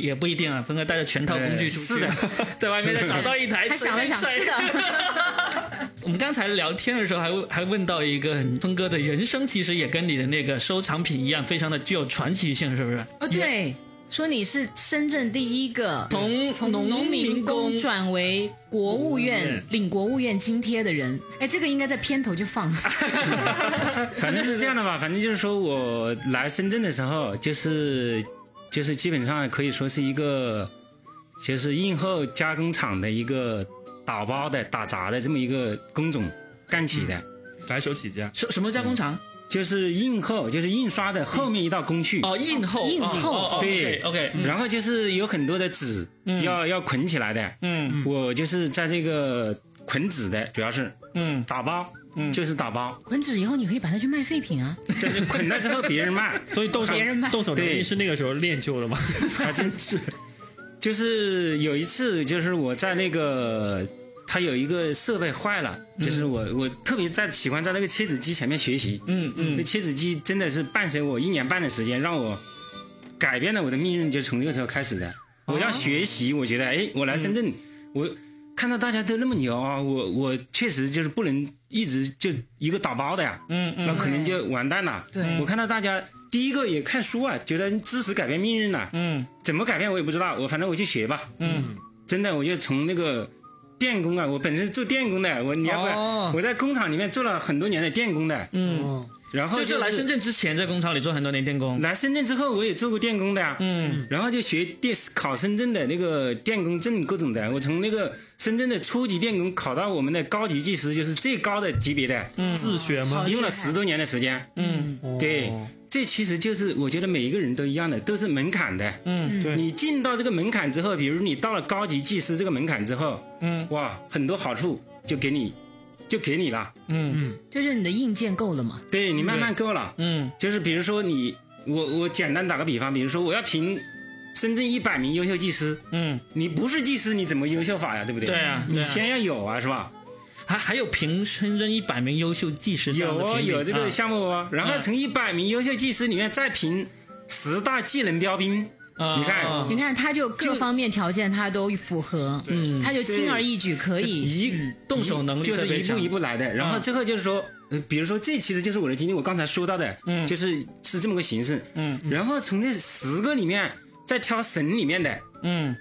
B: 也不一定啊。峰哥带着全套工具出去，
E: 是的
B: 在外面再找到一台，
C: 他想了想，
B: 随便
C: 是
B: 拽
C: 的，
B: 我们刚才聊天的时候还还问到一个很峰哥的人生，其实也跟你的那个收藏品一样，非常的具有传奇性，是不是？
C: 哦对。说你是深圳第一个
B: 从
C: 从
B: 农
C: 农民
B: 民
C: 工
B: 工嗯
C: 转为国务院领国务院津贴的人，哎，这个应该在片头就放。
E: 反正是这样的吧，反正就是说我来深圳的时候，就是就是基本上可以说是一个，就是映后加工厂的一个打包的、打杂的这么一个工种干起的，
D: 白手起家，
B: 什什么加工厂？
E: 就是印后，就是印刷的后面一道工序。
B: 哦，嗯印后，
C: 印后
E: 对
B: ，OK，
E: 然后就是有很多的纸要要捆起来的，
B: 嗯
E: 我就是在这个捆纸的，主要是
B: 嗯
E: 打包，就是打 包，
C: 捆纸以后你可以把它去卖废品啊，
E: 就是捆了之后别人卖，
D: 所以动手
C: 别人卖
D: 动手能力
E: 对
D: 是那个时候练就的嘛，
E: 还真是。就是有一次，就是我在那个，他有一个设备坏了，
B: 嗯
E: 就是我、我特别在喜欢在那个切纸机前面学习，
B: 嗯嗯
E: 那切纸机真的是伴随我一年半的时间，让我改变了我的命运，就从那个时候开始的。
B: 哦
E: 我要学习，我觉得，哎，我来深
B: 嗯
E: 圳，我看到大家都那么牛啊，我我确实就是不能一直就一个打包的呀，
B: 嗯嗯
E: 那可能就完蛋了。
C: 对
E: 我看到大家第一个也看书啊，觉得知识改变命运了，
B: 嗯
E: 怎么改变我也不知道，我反正我去学吧。
B: 嗯，
E: 真的，我就从那个电工啊，我本身是做电工的，我你要不然、
B: 哦
E: 我在工厂里面做了很多年的电工的，
B: 嗯，
E: 然后
B: 就
E: 就是
B: 来深圳之前，在工厂里做很多年电工，
E: 来深圳之后，我也做过电工的呀、
B: 嗯
E: 然后就学电考深圳的那个电工证各种的。我从那个深圳的初级电工考到我们的高级技师，就是最高的级别的，
D: 自学
C: 好
D: 吗？
C: 厉害
E: 用了十多年的时间。
B: 啊嗯
E: 对，这其实就是我觉得每一个人都一样的，都是门槛的。
B: 嗯
D: 对
E: 你进到这个门槛之后，比如你到了高级技师这个门槛之后，
B: 嗯
E: 哇，很多好处就给你，就给你了。
B: 嗯
C: 就是你的硬件够了嘛？
E: 对你慢慢够了。
B: 嗯
E: 就是比如说你，我我简单打个比方，比如说我要评深圳一百名优秀技师，
B: 嗯，
E: 你不是技师你怎么优秀法呀？对不对？
B: 对啊对
E: 你
B: 啊
E: 先要有啊，是吧？
B: 还还有评深圳一百名优秀技师这样
E: 有
B: 的
E: 哦，
B: 评比
E: 有这个
B: 啊
E: 项目哦。然后
B: 嗯
E: 从一百名优秀技师里面再评十大技能标兵，
B: 啊
E: 你看
B: 啊
C: 你看，他就各方面条件他都符合，嗯，他就轻而易举可以。
E: 一
B: 动手能力
E: 就是
B: 特别
E: 一步
B: 强嗯
E: 一步来的。然后最后就是说，呃比如说这其实就是我的经历，我刚才说到的，就是是这么个形式。
B: 嗯，
E: 然后从这十个里面再挑省里面的，
B: 嗯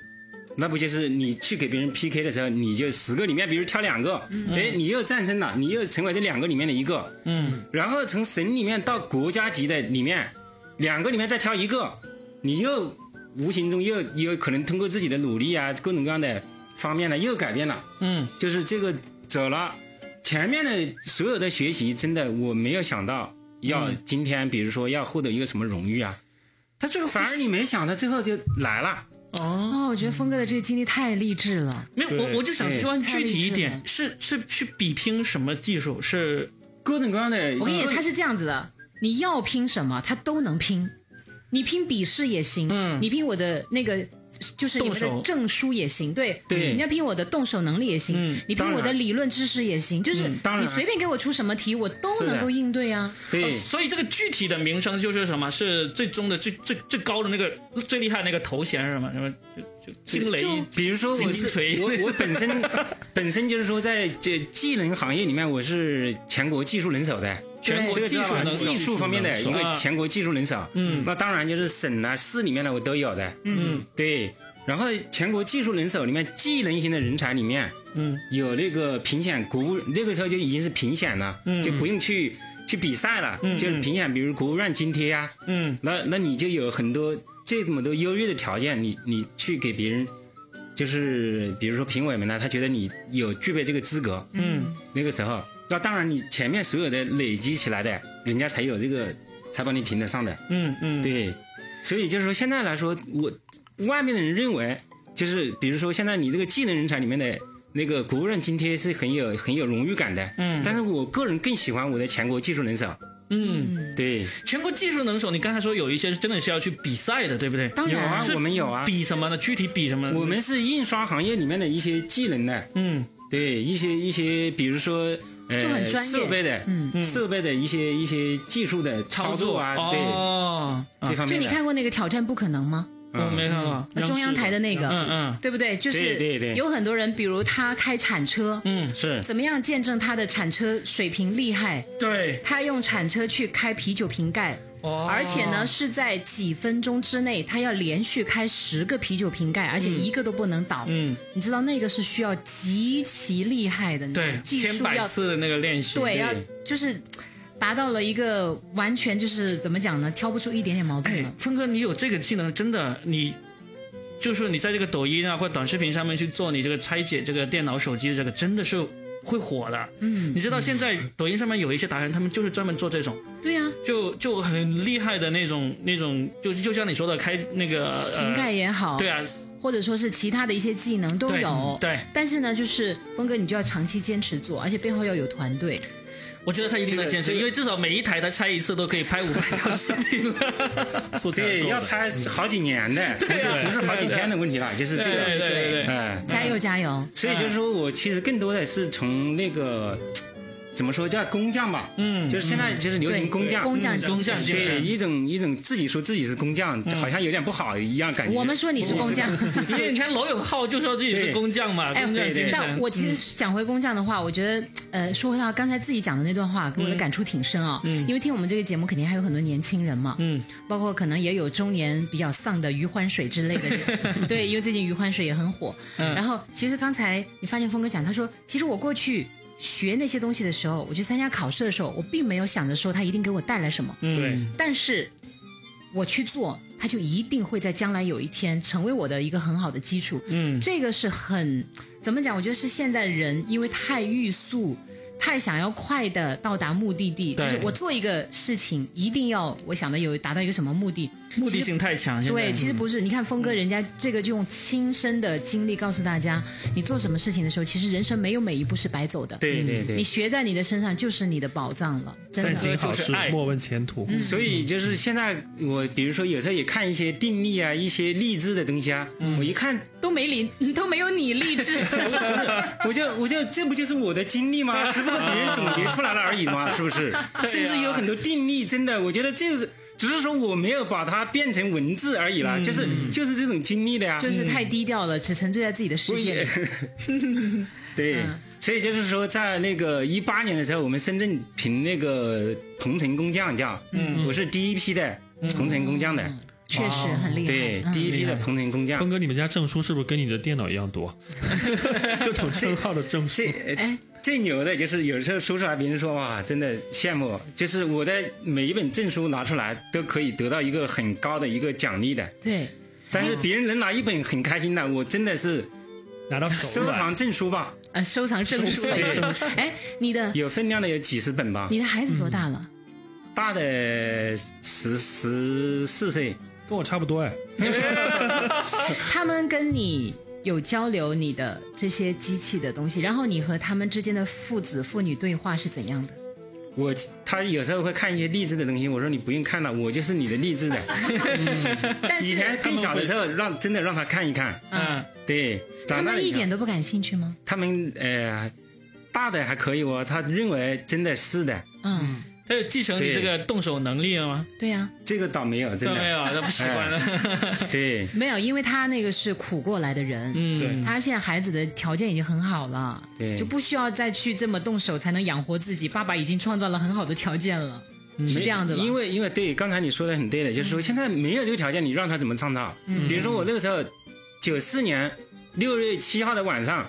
E: 那不就是你去给别人 PK 的时候，你就十个里面，比如挑两个，
C: 嗯
E: 哎，你又战胜了，你又成为这两个里面的一个，
B: 嗯
E: 然后从省里面到国家级的里面，两个里面再挑一个，你又无形中又有可能通过自己的努力啊，各种各样的方面呢，又改变了，
B: 嗯
E: 就是这个走了。前面的所有的学习，真的我没有想到要
C: 嗯
E: 今天，比如说要获得一个什么荣誉啊，
B: 他这个
E: 反而你没想到最后就来了。
B: 哦。
C: 哦，我觉得峰哥的这个经历太励志了。
B: 没有，
D: 对
B: 我我就想
E: 对
B: 问具体一
C: 太
B: 点，是是去比拼什么技术？是
E: 各种各样的，
C: 我跟你讲，他是这样子的，你要拼什么，他都能拼。你拼笔试也行，
B: 嗯
C: 你拼我的那个就是你们
B: 动
C: 的
B: 手
C: 证书也行，对，
E: 对
C: 你要拼我的动手能力也行，
B: 嗯
C: 你拼我
E: 当
C: 的
E: 然
C: 理论知识也行，就是
E: 嗯当然
C: 你随便给我出什么题，我都
E: 是的
C: 能够应对啊。
E: 对
B: 哦，所以这个具体的名称就是什么？是最终的最最最高的那个最厉害的那个头衔是什么？什么就就惊雷？
E: 就比如说我
B: 金
E: 是
B: 锤
E: 我我本身 本身就是说在这技能行业里面，我是全国技术能手的。
B: 全国
E: 这个
B: 技
E: 知道
B: 术
E: 吧
B: 能手
E: 技术方面的一个
B: 啊
E: 全国技术能手，嗯，那当然就是省啊、市里面的我都有的，嗯，对。然后全国技术能手里面，技能型的人才里面，
B: 嗯，
E: 有那个评选国务，那个时候就已经是评选了，
B: 嗯
E: 就不用去去比赛了，就是评选，比如国务院津贴啊呀，
B: 嗯
E: 那那你就有很多这么多优越的条件，你你去给别人，就是比如说评委们呢，他觉得你有具备这个资格，
B: 嗯
E: 那个时候，那当然，你前面所有的累积起来的，人家才有这个，才把你评得上的。
B: 嗯嗯，
E: 对，所以就是说现在来说，我外面的人认为，就是比如说现在你这个技能人才里面的那个国务院津贴是很有很有荣誉感的，
B: 嗯
E: 但是我个人更喜欢我的全国技术人手，
B: 嗯，
E: 对，
B: 全国技术能手，你刚才说有一些是真的是要去比赛的，对不对？
C: 当
E: 有啊
C: 然，，
E: 我们有啊，
B: 比什么呢？具体比什么呢？
E: 我们是印刷行业里面的一些技能的，
B: 嗯
E: 对，一些一些比如说
C: 就很
E: 呃
C: 专业
E: 设备的，
C: 嗯
E: 设备的一些一些技术的操作啊，
B: 哦，
E: 对这方嗯
C: 就
E: 面
C: 你
E: 的，
C: 看过那个挑战不可能吗？
B: 我没看过
C: 中央台的那个，
B: 嗯嗯
C: 对不对？就是
E: 对对对
C: 有很多人，比如他开铲车，
B: 嗯，
E: 是
C: 怎么样见证他的铲车水平厉害？
B: 对，
C: 他用铲车去开啤酒瓶盖，
B: 哦
C: 而且呢，是在几分钟之内，他要连续开十个啤酒瓶盖，而且一个都不能倒。
B: 嗯，
C: 你知道那个是需要极其厉害的，
B: 对，
C: 技
B: 千
C: 术
B: 百
C: 要
B: 次的那个练习，
C: 对要就是达到了一个完全就是怎么讲呢，挑不出一点点毛病
B: 哎
C: 了。，
B: 峰哥，你有这个技能，真的你。就是你在这个抖音啊或短视频上面去做你这个拆解这个电脑、手机的这个，真的是会火的。
C: 嗯
B: 你知道现在抖音上面有一些达人，他们就是专门做这种，
C: 对呀、
B: 就就很厉害的那种那种，就就像你说的开那个
C: 瓶盖
B: 呃，
C: 也好，
B: 对啊，
C: 或者说是其他的一些技能都
B: 对嗯
C: 有。
B: 对，
C: 但是呢，就是峰哥，你就要长期坚持做，而且背后要有团队。
B: 我觉得他一定在健
E: 这
B: 身，
E: 个
B: 因为至少每一台他拆一次都可以拍五百 条视频了。
A: 素材
E: 对，
A: 够
E: 要
A: 了。
E: 拆好几年 的，不
C: 啊
E: 是不是好几天的问题了，就是这
B: 对对
E: 个，
B: 对对，
E: 嗯。
C: 加油加油！
E: 所以就是说我其实更多的是从那个怎么说叫工匠吧，嗯，就是现在就是流行工匠，
C: 工匠精
B: 工匠
C: 神。
B: 精
E: 对
B: 神。
E: 一种一种自己说自己是工匠，好像有点不好一样感觉。
C: 我们说你是工匠，
B: 因为你看罗永浩就说自己是
E: 对
B: 工匠嘛，
C: 哎
B: 工匠精
E: 对嗯
C: 但
B: 神。
C: 我其实讲回工匠的话，我觉得，呃，说回到刚才自己讲的那段话，给我的感触挺深啊、因为听我们这个节目，肯定还有很多年轻人嘛，
B: 嗯，
C: 包括可能也有中年比较丧的余欢水之类的 人，对，因为最近余欢水也很火。
E: 嗯
C: 然后，其实刚才你发现峰哥讲，他说，其实我过去。学那些东西的时候，我去参加考试的时候，我并没有想着说它一定给我带来什
E: 嗯
C: 么，
B: 对，
C: 但是我去做，它就一定会在将来有一天成为我的一个很好的基础。
B: 嗯，
C: 这个是很怎么讲？我觉得是现在人因为太欲速，太想要快的到达目的地，就
B: 对
C: 是我做一个事情一定要我想的有达到一个什么目的。
B: 目的性太强。现在
C: 对，其实不
B: 嗯
C: 是，你看峰哥人家这个就用亲身的经历告诉大家，你做什么事情的时候，其实人生没有每一步是白走的。
E: 对对
C: 你
E: 对，
C: 学在你的身上就是你的宝藏了，真
D: 但
C: 的。
D: 行好
B: 就是
D: 事
B: 爱，
D: 莫问前途。
C: 嗯
E: 所以就是现在我比如说有时候也看一些定力啊，一些励志的东西啊，
C: 嗯
E: 我一看
C: 都没你，都没有你励 志。
E: 我就我就这不就是我的经 历吗？只不过别人总结出来了而已嘛，是不是？甚至有很多定力，真的，我觉得就是只是说我没有把它变成文字而已啦，就是就是这种经历的呀，
C: 嗯就是太低调了，只沉醉在自己的世界里。
E: 对，
C: 嗯
E: 所以就是说，在那个一八年的时候，我们深圳评那个同城工匠叫，
C: 嗯
E: 我是第一批的同城工匠的，
C: 确实很厉害。
E: 对，
C: 嗯
E: 第一批的同城工 匠
D: 峰。哥，你们家证书是不是跟你的电脑一样 多？各种称号的证书
E: 这。
C: 哎
E: 呃最牛的就是有时候说出来，别人说哇，真的羡慕。就是我的每一本证书拿出来都可以得到一个很高的一个奖励的，
C: 对，
E: 但
C: 嗯
E: 是别人能拿一本很开心的，我真的是
D: 拿到手
E: 收
D: 软，
E: 藏证书吧，
C: 呃，收藏证书。哎，你的
E: 有嗯分量的有几十本吧，
C: 你的孩子多大了？
E: 大的十十四岁，
D: 跟我差不多哎。
C: 他们跟你有交流你的这些机器的东西，然后你和他们之间的父子父女对话是怎样 的？
E: 我他有时候会看一些励志的东西，我说你不用看了，我就是你的励 志的。
C: 但是
E: 以前更小的时候让真的让他看一看，
B: 嗯，
E: 对，
C: 他
E: 长大了
C: 们
E: 以
C: 一
E: 后
C: 点都不感兴趣吗？
E: 他们呃大的还可以哦，他认为真的是的，
C: 嗯，
B: 他有继承你
E: 对
B: 这个动手能力了吗？
C: 对啊呀、
E: 这个倒没有真
B: 这没
E: 的，
B: 有，他不习惯了。
E: 对
C: 没有，因为他那个是苦过来的人。
B: 嗯，
D: 对
C: 他现在孩子的条件已经很好了，
E: 对
C: 就不需要再去这么动手才能养活自己。爸爸已经创造了很好的条件了， 是这样的了。
E: 因为因为对刚才你说的很对的，就是说现在没有这个条件，你让他怎么创造？
C: 嗯
E: 比如说我那个时候九四年六月七号的晚上。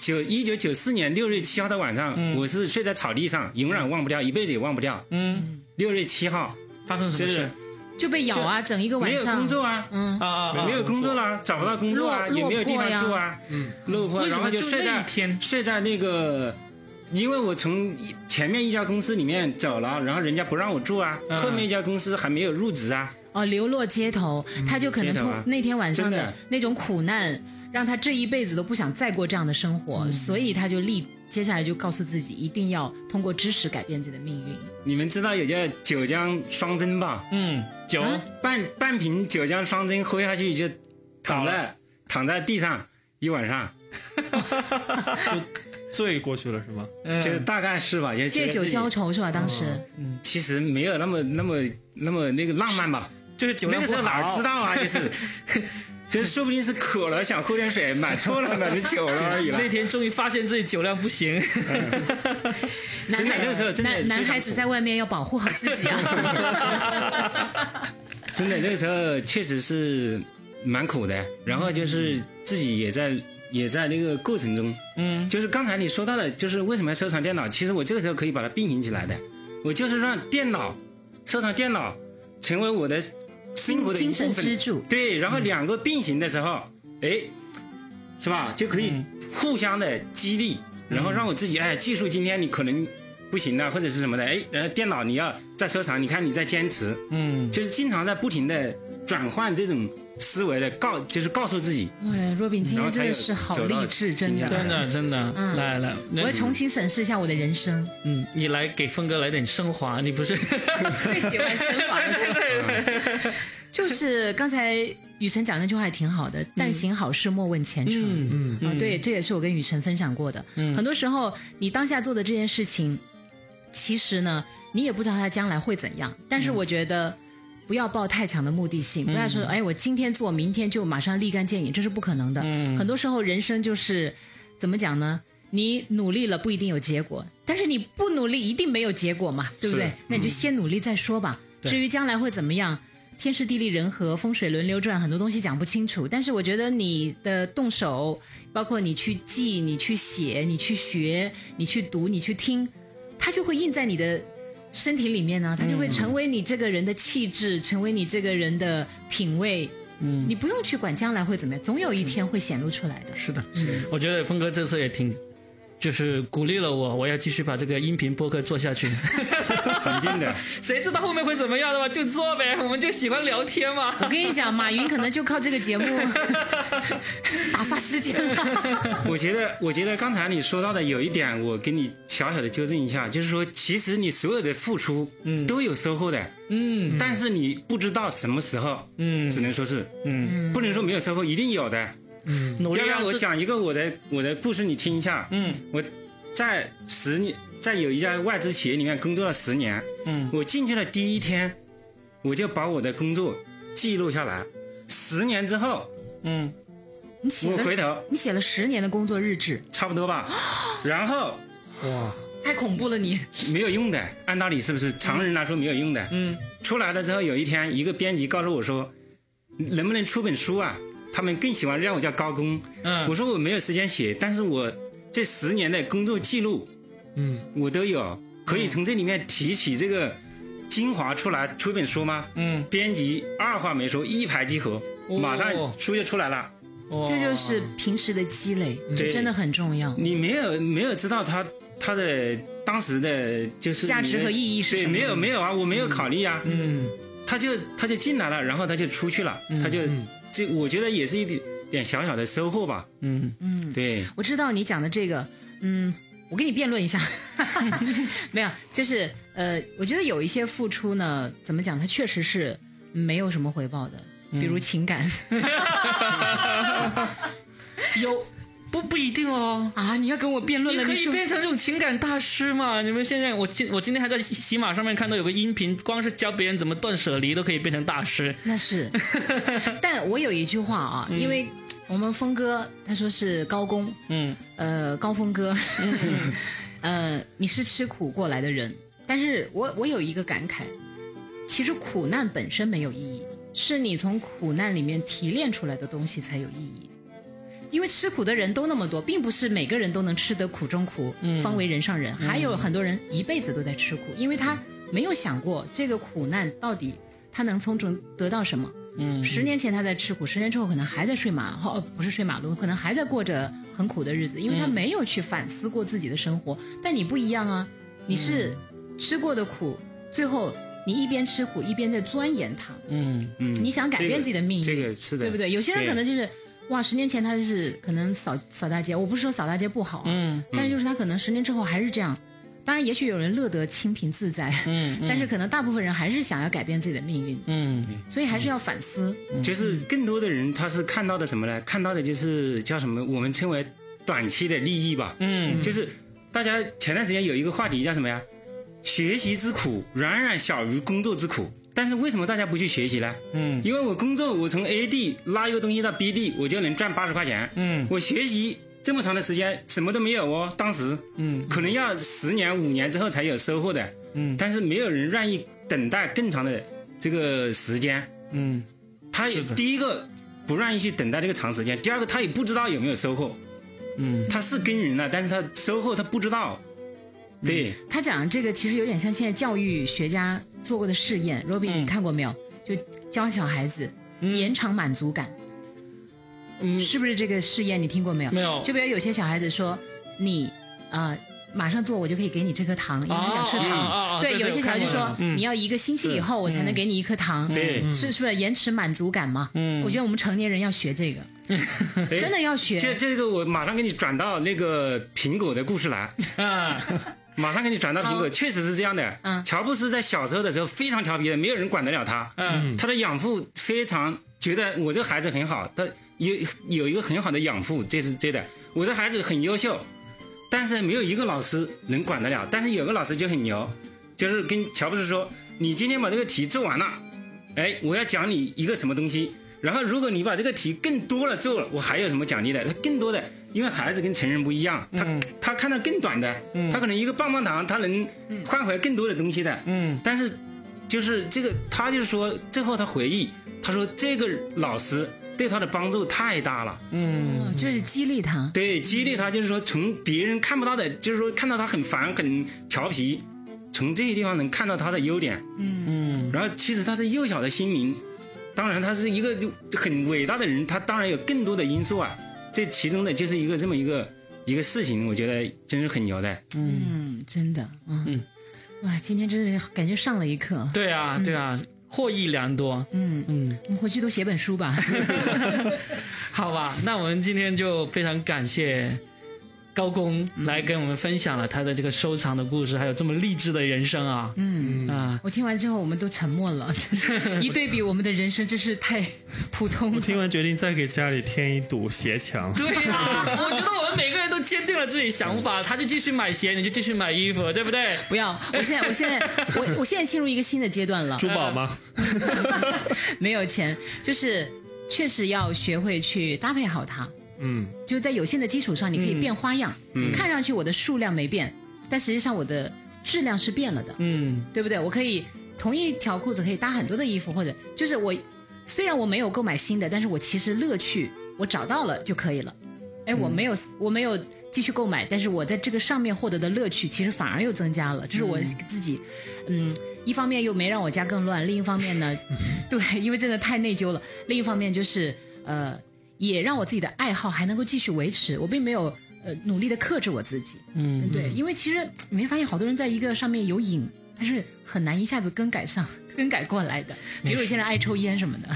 E: 九一九九四年六月七号的晚上，我是睡在草地上，永远忘不掉，一辈子也忘不掉。
B: 嗯，
E: 六月七号，
B: 发生什
E: 就
B: 么
E: 是
B: 事
C: 就被咬啊，整一嗯个晚
E: 没有
C: 上。
E: 工作啊，
C: 嗯，
B: 啊啊啊
E: 没有工作啦，找不到工作啊，
C: 落
E: 也没有地方住啊，落魄，
B: 为什
E: 然
B: 么
E: 后
B: 就那
E: 睡
B: 一
E: 在
B: 天
E: 睡在那个因为我从前面一家公司里面走了，然后人家不让我住啊，
B: 嗯
E: 后面一家公司还没有入职啊，
C: 哦，流落街头，他就可能
E: 街头
C: 通
E: 啊
C: 那天晚上的
E: 真的
C: 那种苦难，让他这一辈子都不想再过这样的生活，
E: 嗯
C: 所以他就立接下来就告诉自己，一定要通过知识改变自己的命运。
E: 你们知道有叫九江双蒸吧？
B: 嗯，有
E: 啊半半瓶九江双蒸喝下去就躺
D: 倒
E: 在躺在地上一晚上，
D: 醉过去了是吗？
B: 嗯
E: 就是大概是吧？就
C: 借
E: 觉得
C: 酒
E: 自己哦
C: 浇愁是吧？当时、
E: 其实没有那么那么那么那个浪漫吧。
B: 就是酒
E: 那
B: 量
E: 个
B: 不
E: 时候哪
B: 好
E: 知道啊，就是 就是说不定是渴了想喝点水，买错了买成酒了而已了。
B: 那天终于发现自己酒量不行，
C: 男
E: 真的
C: 孩
E: 那个时候真的非
C: 男
E: 常
C: 男孩子
E: 苦
C: 在外面要保护好自己啊。
E: 真的那个时候确实是蛮苦的，然后就是自己也在也在那个过程中，嗯，就是刚才你说到的，就是为什么要收藏电脑，其实我这个时候可以把它并行起来的，我就是让电脑收藏电脑成为我的生活的一
C: 精
E: 部分
C: 神支柱嗯
E: 对，然后两个并行的时候，哎，是吧，就可以互相的激励，
C: 嗯
E: 然后让我自己哎，技术今天你可能。不行了，或者是什么的，哎，然后电脑你要再收藏，你看你在坚持，
B: 嗯，
E: 就是经常在不停的转换这种思维的告，就是告诉自己，
C: 哇，若饼今天真的是好励志，真的。
B: 真的真的，
C: 嗯
B: 来来，
C: 我
B: 那
C: 要重新审视一下我的人 生，
B: 嗯，你来给峰哥来点升华，你不是
C: 最喜欢升 华了。就是刚才雨辰讲那句话也挺好的，但行好事莫问前程。嗯嗯啊，嗯对，这也是我跟雨辰分享过的。很多时候，你当下做的这件事情，其实呢，你也不知道它将来会怎样。但是我觉得。不要抱太强的目的性，不要说、哎，我今天做，明天就马上立竿见影，这是不可能的。很多时候，人生就是怎么讲呢？你努力了不一定有结果，但是你不努力一定没有结果嘛，对不对？那你就先努力再说吧。至于将来会怎么样，天时地利人和、风水轮流转，很多东西讲不清楚。但是我觉得你的动手，包括你去记、你去写、你去学、你去读、你去听，它就会印在你的身体里面呢、它就会成为你这个人的气质，成为你这个人的品味。嗯，你不用去管将来会怎么样，总有一天会显露出来的。
B: 是的，嗯我觉得峰哥这次也挺，就是鼓励了我，我要继续把这个音频播客做下去。
E: 肯定的，
B: 谁知道后面会怎么样的吧？就做呗，我们就喜欢聊天嘛。
C: 我跟你讲，马云可能就靠这个节目打发时间 了。
E: 我觉得，我觉得刚才你说到的有一点，我给你小小的纠正一下，就是说，其实你所有的付出，嗯，都有收获的，嗯，但是你不知道什么时候，嗯，只能说是，嗯，不能说没有收获，一定有的。
B: 努力
E: 要
B: 让
E: 让我
B: 自己
E: 讲一个我的我的故事，你听一下。嗯，我在十年，在有一家外资企业里面工作了十年。嗯，我进去的第一天，我就把我的工作记录下来。十年之后，
C: 你写
E: 我
C: 了
E: 回头
C: 你写了十年的工作日志，
E: 差不多 吧，然后
C: 太恐怖了
B: 哦
C: 你！
E: 没有用的，按道理是不是常人来说没有用的？嗯，出来了之后，有一天一个编辑告诉我说，能不能出本书啊？他们更喜欢让我叫高工。
B: 嗯
E: 我说我没有时间写，但是我这十年的工作记录，嗯，我都有，可以从这里面提取这个精华出来，出本书吗？
B: 嗯，
E: 编辑二话没说，一拍即合，
B: 哦
E: 马上书就出来了。
C: 这就是平时的积累，这
E: 对
C: 真的很重要。
E: 你没有没有知道他他的当时的就是
C: 价值
E: 你的
C: 和意义是
E: 对，
C: 什么
E: 没有没有啊，我没有考虑啊，
B: 嗯，
E: 他就他就进来了，然后他就出去了，
C: 嗯
E: 他就这我觉得也是一点点小小的收获吧，
B: 嗯
E: 嗯，对，
C: 我知道你讲的这个，嗯，我跟你辩论一下， 没有，就是呃，我觉得有一些付出呢，怎么讲，它确实是没有什么回报的，比
B: 嗯
C: 如情感、
B: 有不不一定哦。
C: 啊，你要跟我辩论
B: 你
C: 了，
B: 可
C: 你
B: 以
C: 是不是
B: 变成这种情感大师嘛？你们现在，我今我今天还在喜喜马上面看到有个音频，光是教别人怎么断舍离都可以变成大师。
C: 那是，但我有一句话啊，因为我们峰哥他说是高工，
B: 嗯，
C: 呃，高峰哥， 呃，你是吃苦过来的人，但是我我有一个感慨，其实苦难本身没有意义，是你从苦难里面提炼出来的东西才有意义。因为吃苦的人都那么多，并不是每个人都能吃得苦中苦，方为人上人。还有很多人一辈子都在吃苦，因为他没有想过这个苦难到底他能从中得到什么。嗯，十年前他在吃苦，十年之后可能还在睡马，哦，不是睡马路，可能还在过着很苦的日子，因为他没有去反思过自己的生活。但你不一样啊，你是吃过的苦，最后你一边吃苦一边在钻研它，
E: 嗯，
C: 你想改变自己的命运，
E: 这个是的，
C: 对不对？有些人可能就是哇，十年前他是可能扫扫大街，我不是说扫大街不好啊，
B: 嗯
C: 但是就是他可能十年之后还是这样。当然，也许有人乐得清贫自在，
B: 嗯嗯
C: 但是可能大部分人还是想要改变自己的命运，
B: 嗯
C: 所以还是要反思。
E: 就是更多的人他是看到的什么呢？看到的就是叫什么？我们称为短期的利益吧。
B: 嗯，
E: 就是大家前段时间有一个话题叫什么呀？学习之苦远远小于工作之苦。但是为什么大家不去学习呢？
B: 嗯，
E: 因为我工作，我从 A 地拉一个东西到 B 地，我就能赚八十块钱。
B: 嗯，
E: 我学习这么长的时间什么都没有哦，当时，
B: 嗯，
E: 可能要十年五年之后才有收获的。嗯，但是没有人愿意等待更长的这个时间。
B: 嗯，
E: 他也
B: 是的
E: 第一个不愿意去等待这个长时间，第二个他也不知道有没有收获。
B: 嗯，
E: 他是耕耘了，但是他收获他不知道。对，
C: 他讲这个其实有点像现在教育学家做过的试验，Robin，、你
B: 嗯
C: 看过没有？就教小孩子延长满足感，是不是这个试验你听过没有？
B: 嗯没有
C: 就比如有些小孩子说，你呃马上做，我就可以给你这颗糖，因为他想吃
B: 啊啊啊
C: 糖。
B: 啊对
C: 有
B: 对
C: 些
B: 我
C: 小孩
B: 看
C: 就
B: 过
C: 说
B: 了，嗯
C: 你要一个星期以后我才能给你一颗糖，嗯
E: 对
C: 是是不是延迟满足感嘛？我觉得我们成年人要学这个，
B: 嗯
C: 真的要学。
E: 哎这这个我马上给你转到那个苹果的故事来，
B: 啊，
E: 马上给你转到苹
C: 好
E: 果，确实是这样的。
C: 嗯
E: 乔布斯在小时候的时候非常调皮的，没有人管得了他。
B: 嗯，
E: 他的养父非常觉得我这个孩子很好，他有有一个很好的养父，这是对的。我的孩子很优秀，但是没有一个老师能管得了。但是有个老师就很牛，就是跟乔布斯说：“你今天把这个题做完了，哎，我要奖你一个什么东西。然后如果你把这个题更多了做了，我还有什么奖励的？他更多的，因为孩子跟成人不一样，他、他看到更短的，
B: 嗯
E: 他可能一个棒棒糖，他能换回更多的东西的。
B: 嗯，
E: 但是就是这个，他就是说，最后他回忆，他说这个老师对他的帮助太大了，
C: 哦就是激励他。
E: 对，激励他，就是说从别人看不到的，就是说看到他很烦、很调皮，从这些地方能看到他的优点。嗯，然后其实他是幼小的心灵，当然他是一个就很伟大的人，他当然有更多的因素啊，这其中的就是一个这么一个一个事情，我觉得真是很牛的。
C: 嗯，真的，嗯，哇，今天真是感觉上了一课，
B: 对啊对啊，获益良多，
C: 嗯
B: 嗯，
C: 我们回去多写本书吧。
B: 好吧，那我们今天就非常感谢。高工来跟我们分享了他的这个收藏的故事，还有这么励志的人生啊！嗯 啊，
C: 我听完之后，我们都沉默了，真是一对比，我们的人生真是太普通
D: 我听
C: 了。
D: 完决定再给家里添一堵鞋 墙。
B: 对呀、我觉得我们每个人都坚定了自己想法，他就继续买鞋，你就继续买衣服，对不对？
C: 不要，我现在，我现在，我我现在进入一个新的阶段了，
D: 珠宝吗？
C: 没有钱，就是确实要学会去搭配好它，
D: 嗯，
C: 就是在有限的基础上，你可以变花样。看上去我的数量没变，但实际上我的质量是变了的。
B: 嗯
C: 对不对？我可以同一条裤子可以搭很多的衣服，或者就是我虽然我没有购买新的，但是我其实乐趣我找到了就可以了。哎，我没有、我没有继续购买，但是我在这个上面获得的乐趣其实反而又增加了，这是我自己，嗯。一方面又没让我家更乱，另一方面呢，对，因为真的太内疚了。另一方面就是，呃，也让我自己的爱好还能够继续维持，我并没有呃努力的克制我自己。嗯，对，因为其实你会发现好多人在一个上面有瘾，但是很难一下子更改上、更改过来的。比如有些人爱抽烟什么的，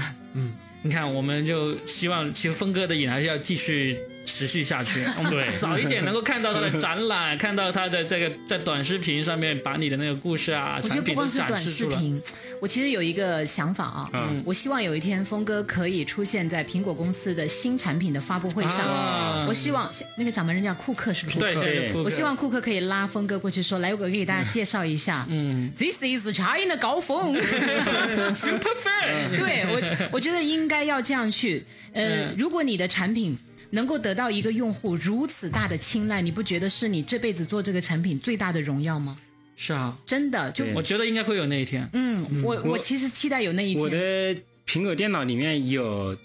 B: 你看，我们就希望，其实峰哥的瘾还是要继续持续下去。我们
D: 对
B: 早一点能够看到他的展览，看到他的这个在短视频上面把你的那个故事啊、
C: 我觉得
B: 产
C: 不
B: 品
C: 光
B: 都
C: 是
B: 展
C: 短
B: 示
C: 视
B: 出来。
C: 频，我其实有一个想法啊，
E: 嗯
C: 我希望有一天峰哥可以出现在苹果公司的新产品的发布会上。
B: 啊
C: 我希望那个掌门人叫库克，是不是？
B: 对，
E: 对
B: 谢谢
C: 我希望 库克可以拉峰哥过去说：“来，我给大家介绍一下，嗯，This is China 高峰。
B: super fan，
C: 对我，我觉得应该要这样去。呃，如果你的产品能够得到一个用户如此大的青睐，你不觉得是你这辈子做这个产品最大的荣耀吗？
B: 是啊，
C: 真的，就
B: 我觉得应该会有那一天。
C: 嗯，我我其实期待有那一
E: 我
C: 天。
E: 的苹果电脑里面有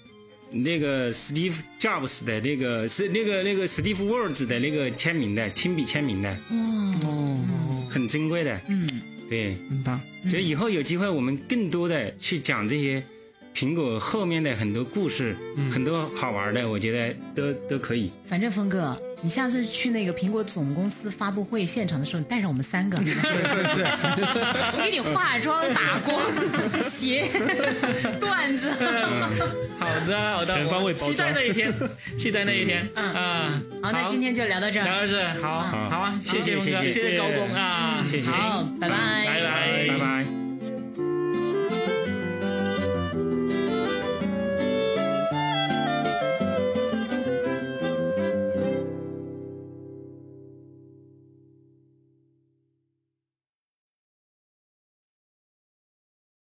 E: 那个 Steve Jobs 的那个是那个那个 Steve Wozz 的那个签名的亲笔签名的，哦，很珍贵的，嗯，对，
B: 很棒，
E: 所以以后有机会我们更多的去讲这些苹果后面的很多故事，很多好玩的，我觉得都都可以。
C: 反正峰哥，你下次去那个苹果总公司发布会现场的时候，你带上我们 三个，我给你化妆、打光、鞋、 段子。嗯
B: 好的，好的，
D: 全方位包装
B: 我期待那一天，期待那一天
C: 嗯
B: 啊！
C: 好，那今天就聊到这
B: 聊
C: 儿，
B: 到这，好好啊，谢谢
E: 好
B: 峰哥，
E: 谢谢
B: 谢谢高工啊，
E: 谢谢
B: 好
C: 嗯好，拜拜
B: 拜拜
E: 拜拜。